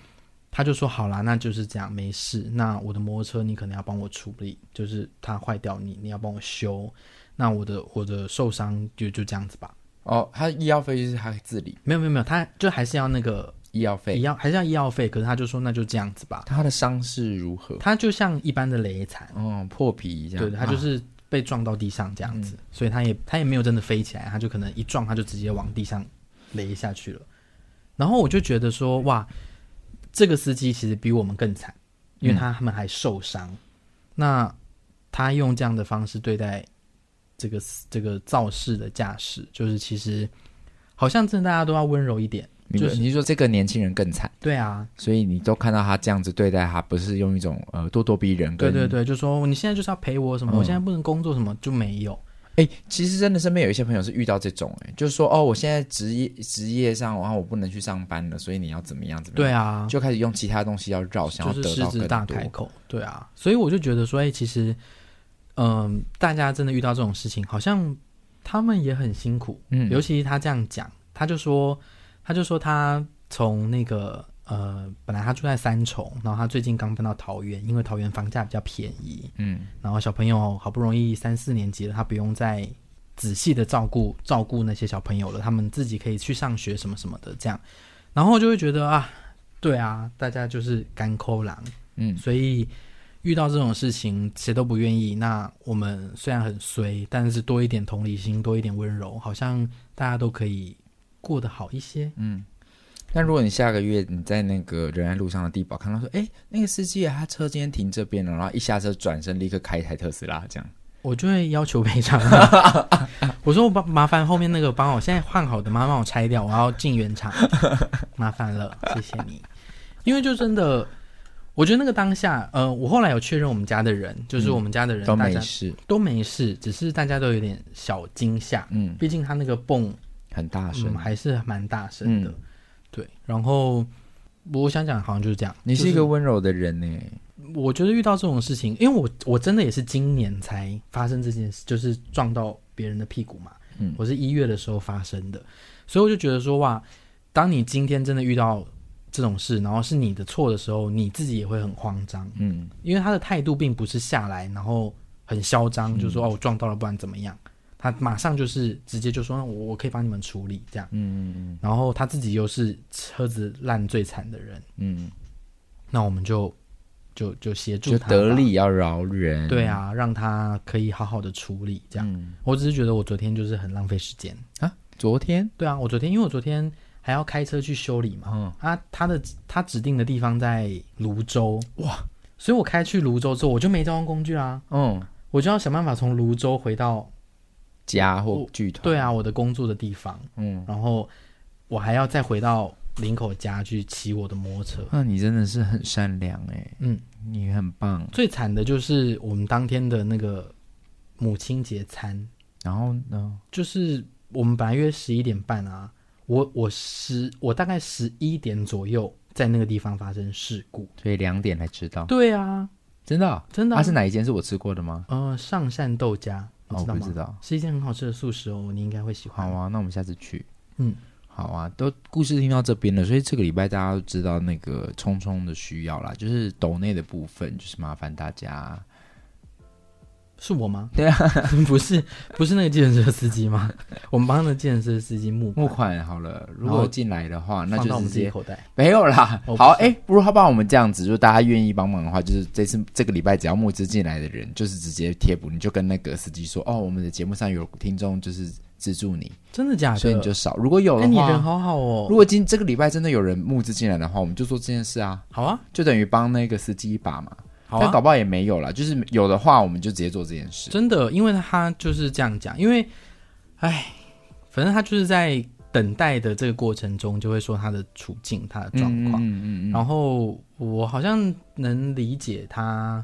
Speaker 1: 他就说好啦，那就是这样，没事。那我的摩托车你可能要帮我处理，就是它坏掉你你要帮我修，那我的我的受伤就就这样子吧。
Speaker 2: 哦，他医药费就是他自理
Speaker 1: 没有没有没有，他就还是要那个
Speaker 2: 医药
Speaker 1: 医
Speaker 2: 费，
Speaker 1: 药还是要医药费，可是他就说那就这样子吧，
Speaker 2: 他的伤势如何？
Speaker 1: 他就像一般的雷残，
Speaker 2: 嗯，破皮这样，啊嗯
Speaker 1: 对他就是被撞到地上这样子，所以他也他也没有真的飞起来，他就可能一撞他就直接往地上勒下去了。然后我就觉得说，哇，这个司机其实比我们更惨，因
Speaker 2: 嗯
Speaker 1: 为他们还受伤。那他用这样的方式对待这个这个肇事的驾驶，就是其实好像真的大家都要温柔一点。
Speaker 2: 你
Speaker 1: 就
Speaker 2: 就是你是说这个年轻人更惨，
Speaker 1: 对啊，
Speaker 2: 所以你都看到他这样子对待他，不是用一种呃咄咄逼人，
Speaker 1: 对对。对，就说你现在就是要陪我什么，
Speaker 2: 嗯
Speaker 1: 我现在不能工作什么就没有。
Speaker 2: 哎、其实真的身边有一些朋友是遇到这种、哎，就是说哦，我现在职业职业上，然后我不能去上班了，所以你要怎么样怎么样？
Speaker 1: 对啊，
Speaker 2: 就开始用其他东西要绕，想要
Speaker 1: 就是
Speaker 2: 得
Speaker 1: 狮
Speaker 2: 到
Speaker 1: 子大
Speaker 2: 更
Speaker 1: 开
Speaker 2: 多。
Speaker 1: 口，对啊，所以我就觉得说，哎、其实，嗯、大家真的遇到这种事情，好像他们也很辛苦，
Speaker 2: 嗯
Speaker 1: 尤其他这样讲，他就说，他就说他从那个呃，本来他住在三重，然后他最近刚搬到桃园，因为桃园房价比较便宜，
Speaker 2: 嗯，
Speaker 1: 然后小朋友好不容易三四年级了，他不用再仔细的照顾照顾那些小朋友了，他们自己可以去上学什么什么的这样，然后就会觉得啊，对啊，大家就是干抠狼，
Speaker 2: 嗯
Speaker 1: 所以遇到这种事情谁都不愿意。那我们虽然很衰，但是多一点同理心，多一点温柔，好像大家都可以过得好一些。
Speaker 2: 但如果你下个月你在那个仁爱路上的地堡看到说，哎、那个司机啊，他车今天停这边了，然后一下车转身立刻开一台特斯拉，这样
Speaker 1: 我就会要求赔偿。
Speaker 2: (laughs)
Speaker 1: 我说我帮麻烦后面那个帮我现在换好的，麻烦帮我拆掉，我要进原厂，麻烦了，谢谢你。因为就真的，我觉得那个当下，呃，我后来有确认我们家的人，就是我们家的人，
Speaker 2: 嗯都
Speaker 1: 大
Speaker 2: 没
Speaker 1: 家
Speaker 2: 事，
Speaker 1: 都没事，只是大家都有点小惊吓，
Speaker 2: 嗯，
Speaker 1: 毕竟他那个泵
Speaker 2: 很大声。
Speaker 1: 嗯还是蛮大声的，
Speaker 2: 嗯
Speaker 1: 对。然后我想想，好像就是这样。
Speaker 2: 你
Speaker 1: 就是
Speaker 2: 一个温柔的人呢、
Speaker 1: 我觉得遇到这种事情，因为我我真的也是今年才发生这件事，就是撞到别人的屁股嘛。
Speaker 2: 嗯
Speaker 1: 我是一月的时候发生的，所以我就觉得说哇，当你今天真的遇到这种事，然后是你的错的时候，你自己也会很慌张，
Speaker 2: 嗯，
Speaker 1: 因为他的态度并不是下来然后很嚣
Speaker 2: 嗯
Speaker 1: 张，就说哦我撞到了，不然怎么样？他马上就是直接就说那我我可以帮你们处理这样，嗯嗯嗯，然后他自己又是车子烂最惨的人，
Speaker 2: 嗯，
Speaker 1: 那我们就就就协助
Speaker 2: 就
Speaker 1: 他吧
Speaker 2: 得理要饶人。
Speaker 1: 对，啊，让他可以好好的处理。这样，
Speaker 2: 嗯
Speaker 1: 我只是觉得我昨天就是很浪费时间。
Speaker 2: 啊，昨天，
Speaker 1: 对啊，我昨天因为我昨天还要开车去修理嘛，
Speaker 2: 嗯，
Speaker 1: 啊，他的他指定的地方在泸州，哇，所以我开去泸州之后，我就没交通工具啊，
Speaker 2: 嗯，
Speaker 1: 我就要想办法从泸州回到
Speaker 2: 家或剧团，
Speaker 1: 对，啊我的工作的地方，
Speaker 2: 嗯，
Speaker 1: 然后我还要再回到林口家去骑我的摩托车。
Speaker 2: 那你真的是很善良哎、
Speaker 1: 嗯，
Speaker 2: 你很棒。
Speaker 1: 最惨的就是我们当天的那个母亲节餐，
Speaker 2: 然后呢？
Speaker 1: 就是我们本来约十一点半啊，我我十我大概十一点左右在那个地方发生事故。
Speaker 2: 所以两点才知道，
Speaker 1: 对啊，
Speaker 2: 真的哦、
Speaker 1: 真的啊
Speaker 2: 啊是哪一间是我吃过的吗？
Speaker 1: 呃，上善豆家，你
Speaker 2: 哦，
Speaker 1: 知
Speaker 2: 我
Speaker 1: 道
Speaker 2: 不
Speaker 1: 吗？
Speaker 2: 知道。
Speaker 1: 是一件很好吃的素食哦，你应该会喜欢。
Speaker 2: 好啊，那我们下次去。
Speaker 1: 嗯，
Speaker 2: 好啊，都故事听到这边了，所以这个礼拜大家都知道那个冲冲的需要啦，就是抖内的部分，就是麻烦大家。
Speaker 1: 是我吗？
Speaker 2: 对啊，
Speaker 1: (laughs) 不是不是那个计程车司机吗？ (laughs) 我们帮那个计程车司机募
Speaker 2: 募款好了，如
Speaker 1: 然后
Speaker 2: 果进来的话，那
Speaker 1: 啊放到
Speaker 2: 就
Speaker 1: 我
Speaker 2: 直
Speaker 1: 们自己
Speaker 2: 接
Speaker 1: 口袋。
Speaker 2: 没有啦。
Speaker 1: 哦不
Speaker 2: 好，
Speaker 1: 是
Speaker 2: 哎、不如他帮我们这样子，就大家愿意帮忙的话，就是这次这个礼拜只要募资进来的人，就是直接贴补，你就跟那个司机说，哦，我们的节目上有听众就是资助你，
Speaker 1: 真的假的？
Speaker 2: 所以你就少。如果有
Speaker 1: 哎、
Speaker 2: 的
Speaker 1: 啊你
Speaker 2: 话，
Speaker 1: 人好好
Speaker 2: 如
Speaker 1: 哦。
Speaker 2: 果今这个礼拜真的有人募资进来的话，我们就做这件事啊，
Speaker 1: 好啊，
Speaker 2: 就等于帮那个司机一把嘛。
Speaker 1: 好
Speaker 2: 但
Speaker 1: 啊
Speaker 2: 搞，不好也没有啦，就是有的话，我们就直接做这件事。
Speaker 1: 真的，因为他就是这样讲，因为，哎，反正他就是在等待的这个过程中，就会说他的处境、他的状况。
Speaker 2: 嗯嗯嗯嗯，
Speaker 1: 然后我好像能理解他，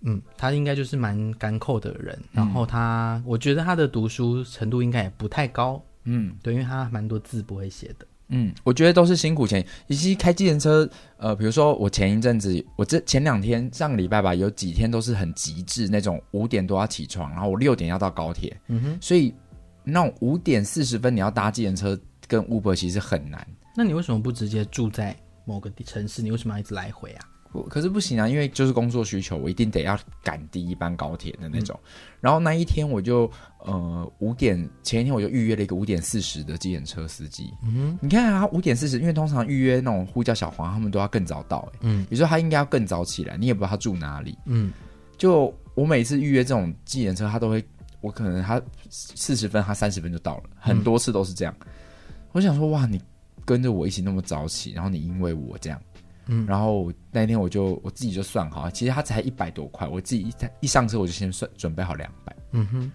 Speaker 1: 嗯，他应该就是蛮干扣的人。
Speaker 2: 嗯
Speaker 1: 然后他，我觉得他的读书程度应该也不太高，
Speaker 2: 嗯
Speaker 1: 对，因为他蛮多字不会写的。
Speaker 2: 嗯，我觉得都是辛苦钱，以及开计程车，呃，比如说我前一阵子，我这前两天上个礼拜吧，有几天都是很极致那种，五点多要起床，然后我六点要到高铁，
Speaker 1: 嗯哼，
Speaker 2: 所以那种五点四十分你要搭计程车跟 Uber 其实很难。
Speaker 1: 那你为什么不直接住在某个地城市？你为什么要一直来回啊？
Speaker 2: 我可是不行啊，因为就是工作需求，我一定得要赶第一班高铁的那种。
Speaker 1: 嗯
Speaker 2: 然后那一天我就呃五点前一天我就预约了一个五点四十的计程车司机。
Speaker 1: 嗯
Speaker 2: 你看啊，五点四十，因为通常预约那种呼叫小黄，他们都要更早到、欸。
Speaker 1: 嗯
Speaker 2: 也就是他应该要更早起来，你也不知道他住哪里。
Speaker 1: 嗯，
Speaker 2: 就我每次预约这种计程车，他都会，我可能他四十分，他三十分就到了，很多次都是这样。我想说，哇，你跟着我一起那么早起，然后你因为我这样，
Speaker 1: 嗯
Speaker 2: 然后那天我就我自己就算好，其实他才一百多块，我自己一一上车我就先算准备好两百，
Speaker 1: 嗯哼，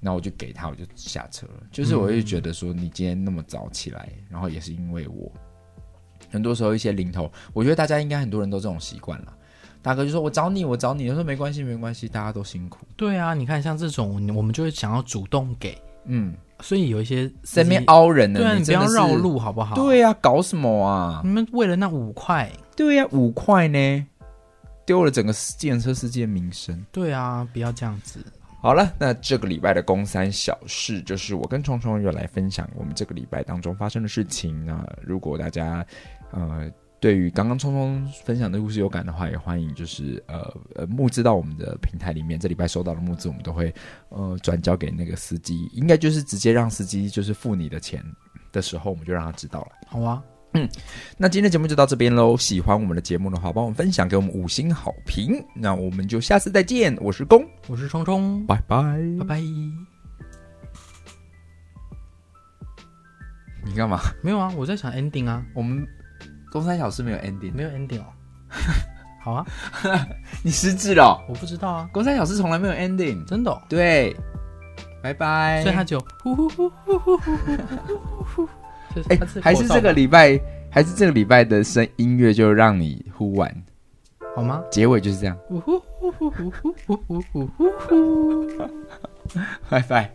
Speaker 2: 然后我就给他，我就下车了。就是我就觉得说，你今天那么早起来，然后也是因为我。很多时候一些零头，我觉得大家应该很多人都这种习惯了。大哥就说：“我找你，我找你。”他说：“没关系，没关系，大家都辛苦。
Speaker 1: 对啊，你看像这种，我们就会想要主动给。”
Speaker 2: 嗯，
Speaker 1: 所以有一些司
Speaker 2: 在那
Speaker 1: 机
Speaker 2: 边凹人呢，
Speaker 1: 对啊，你不
Speaker 2: 真
Speaker 1: 要
Speaker 2: 的是
Speaker 1: 绕。路好不好？、
Speaker 2: 对呀、搞什么啊
Speaker 1: 你？们为了那五块，
Speaker 2: 对呀、五块呢，丢了整个自行车世界名声。
Speaker 1: 对啊，不要这样子。
Speaker 2: 好了，那这个礼拜的公三小事，就是我跟虫虫又来分享我们这个礼拜当中发生的事情。那如果大家呃对于刚刚虫虫分享的故事有感的话，也欢迎就是呃呃募资到我们的平台里面。这礼拜收到的募资，我们都会呃转交给那个司机，应该就是直接让司机就是付你的钱的时候，我们就让他知道了。
Speaker 1: 好啊，
Speaker 2: 那今天的节目就到这边喽。喜欢我们的节目的话，帮我们分享，给我们五星好评。那我们就下次再见，我是公，
Speaker 1: 我是冲冲，
Speaker 2: 拜拜。
Speaker 1: 拜拜。
Speaker 2: 你干嘛？
Speaker 1: 没有啊，我在想 ending 啊，
Speaker 2: 我们公三小时没有 ending， (laughs)
Speaker 1: 没有 ending 哦。好啊，
Speaker 2: 你失智了哦。
Speaker 1: 我不知道啊，
Speaker 2: 公三小时从来没有 ending，
Speaker 1: 真的哦、
Speaker 2: 对，拜拜。
Speaker 1: 所以他就呼呼呼呼呼呼呼呼呼，就是
Speaker 2: 哎
Speaker 1: 他是，
Speaker 2: 还是这个礼拜，还是这个礼拜的声音乐就让你呼完，
Speaker 1: 好吗？
Speaker 2: 结尾就是这样，
Speaker 1: 呼呼呼呼呼呼呼呼呼呼。
Speaker 2: (laughs) 拜拜。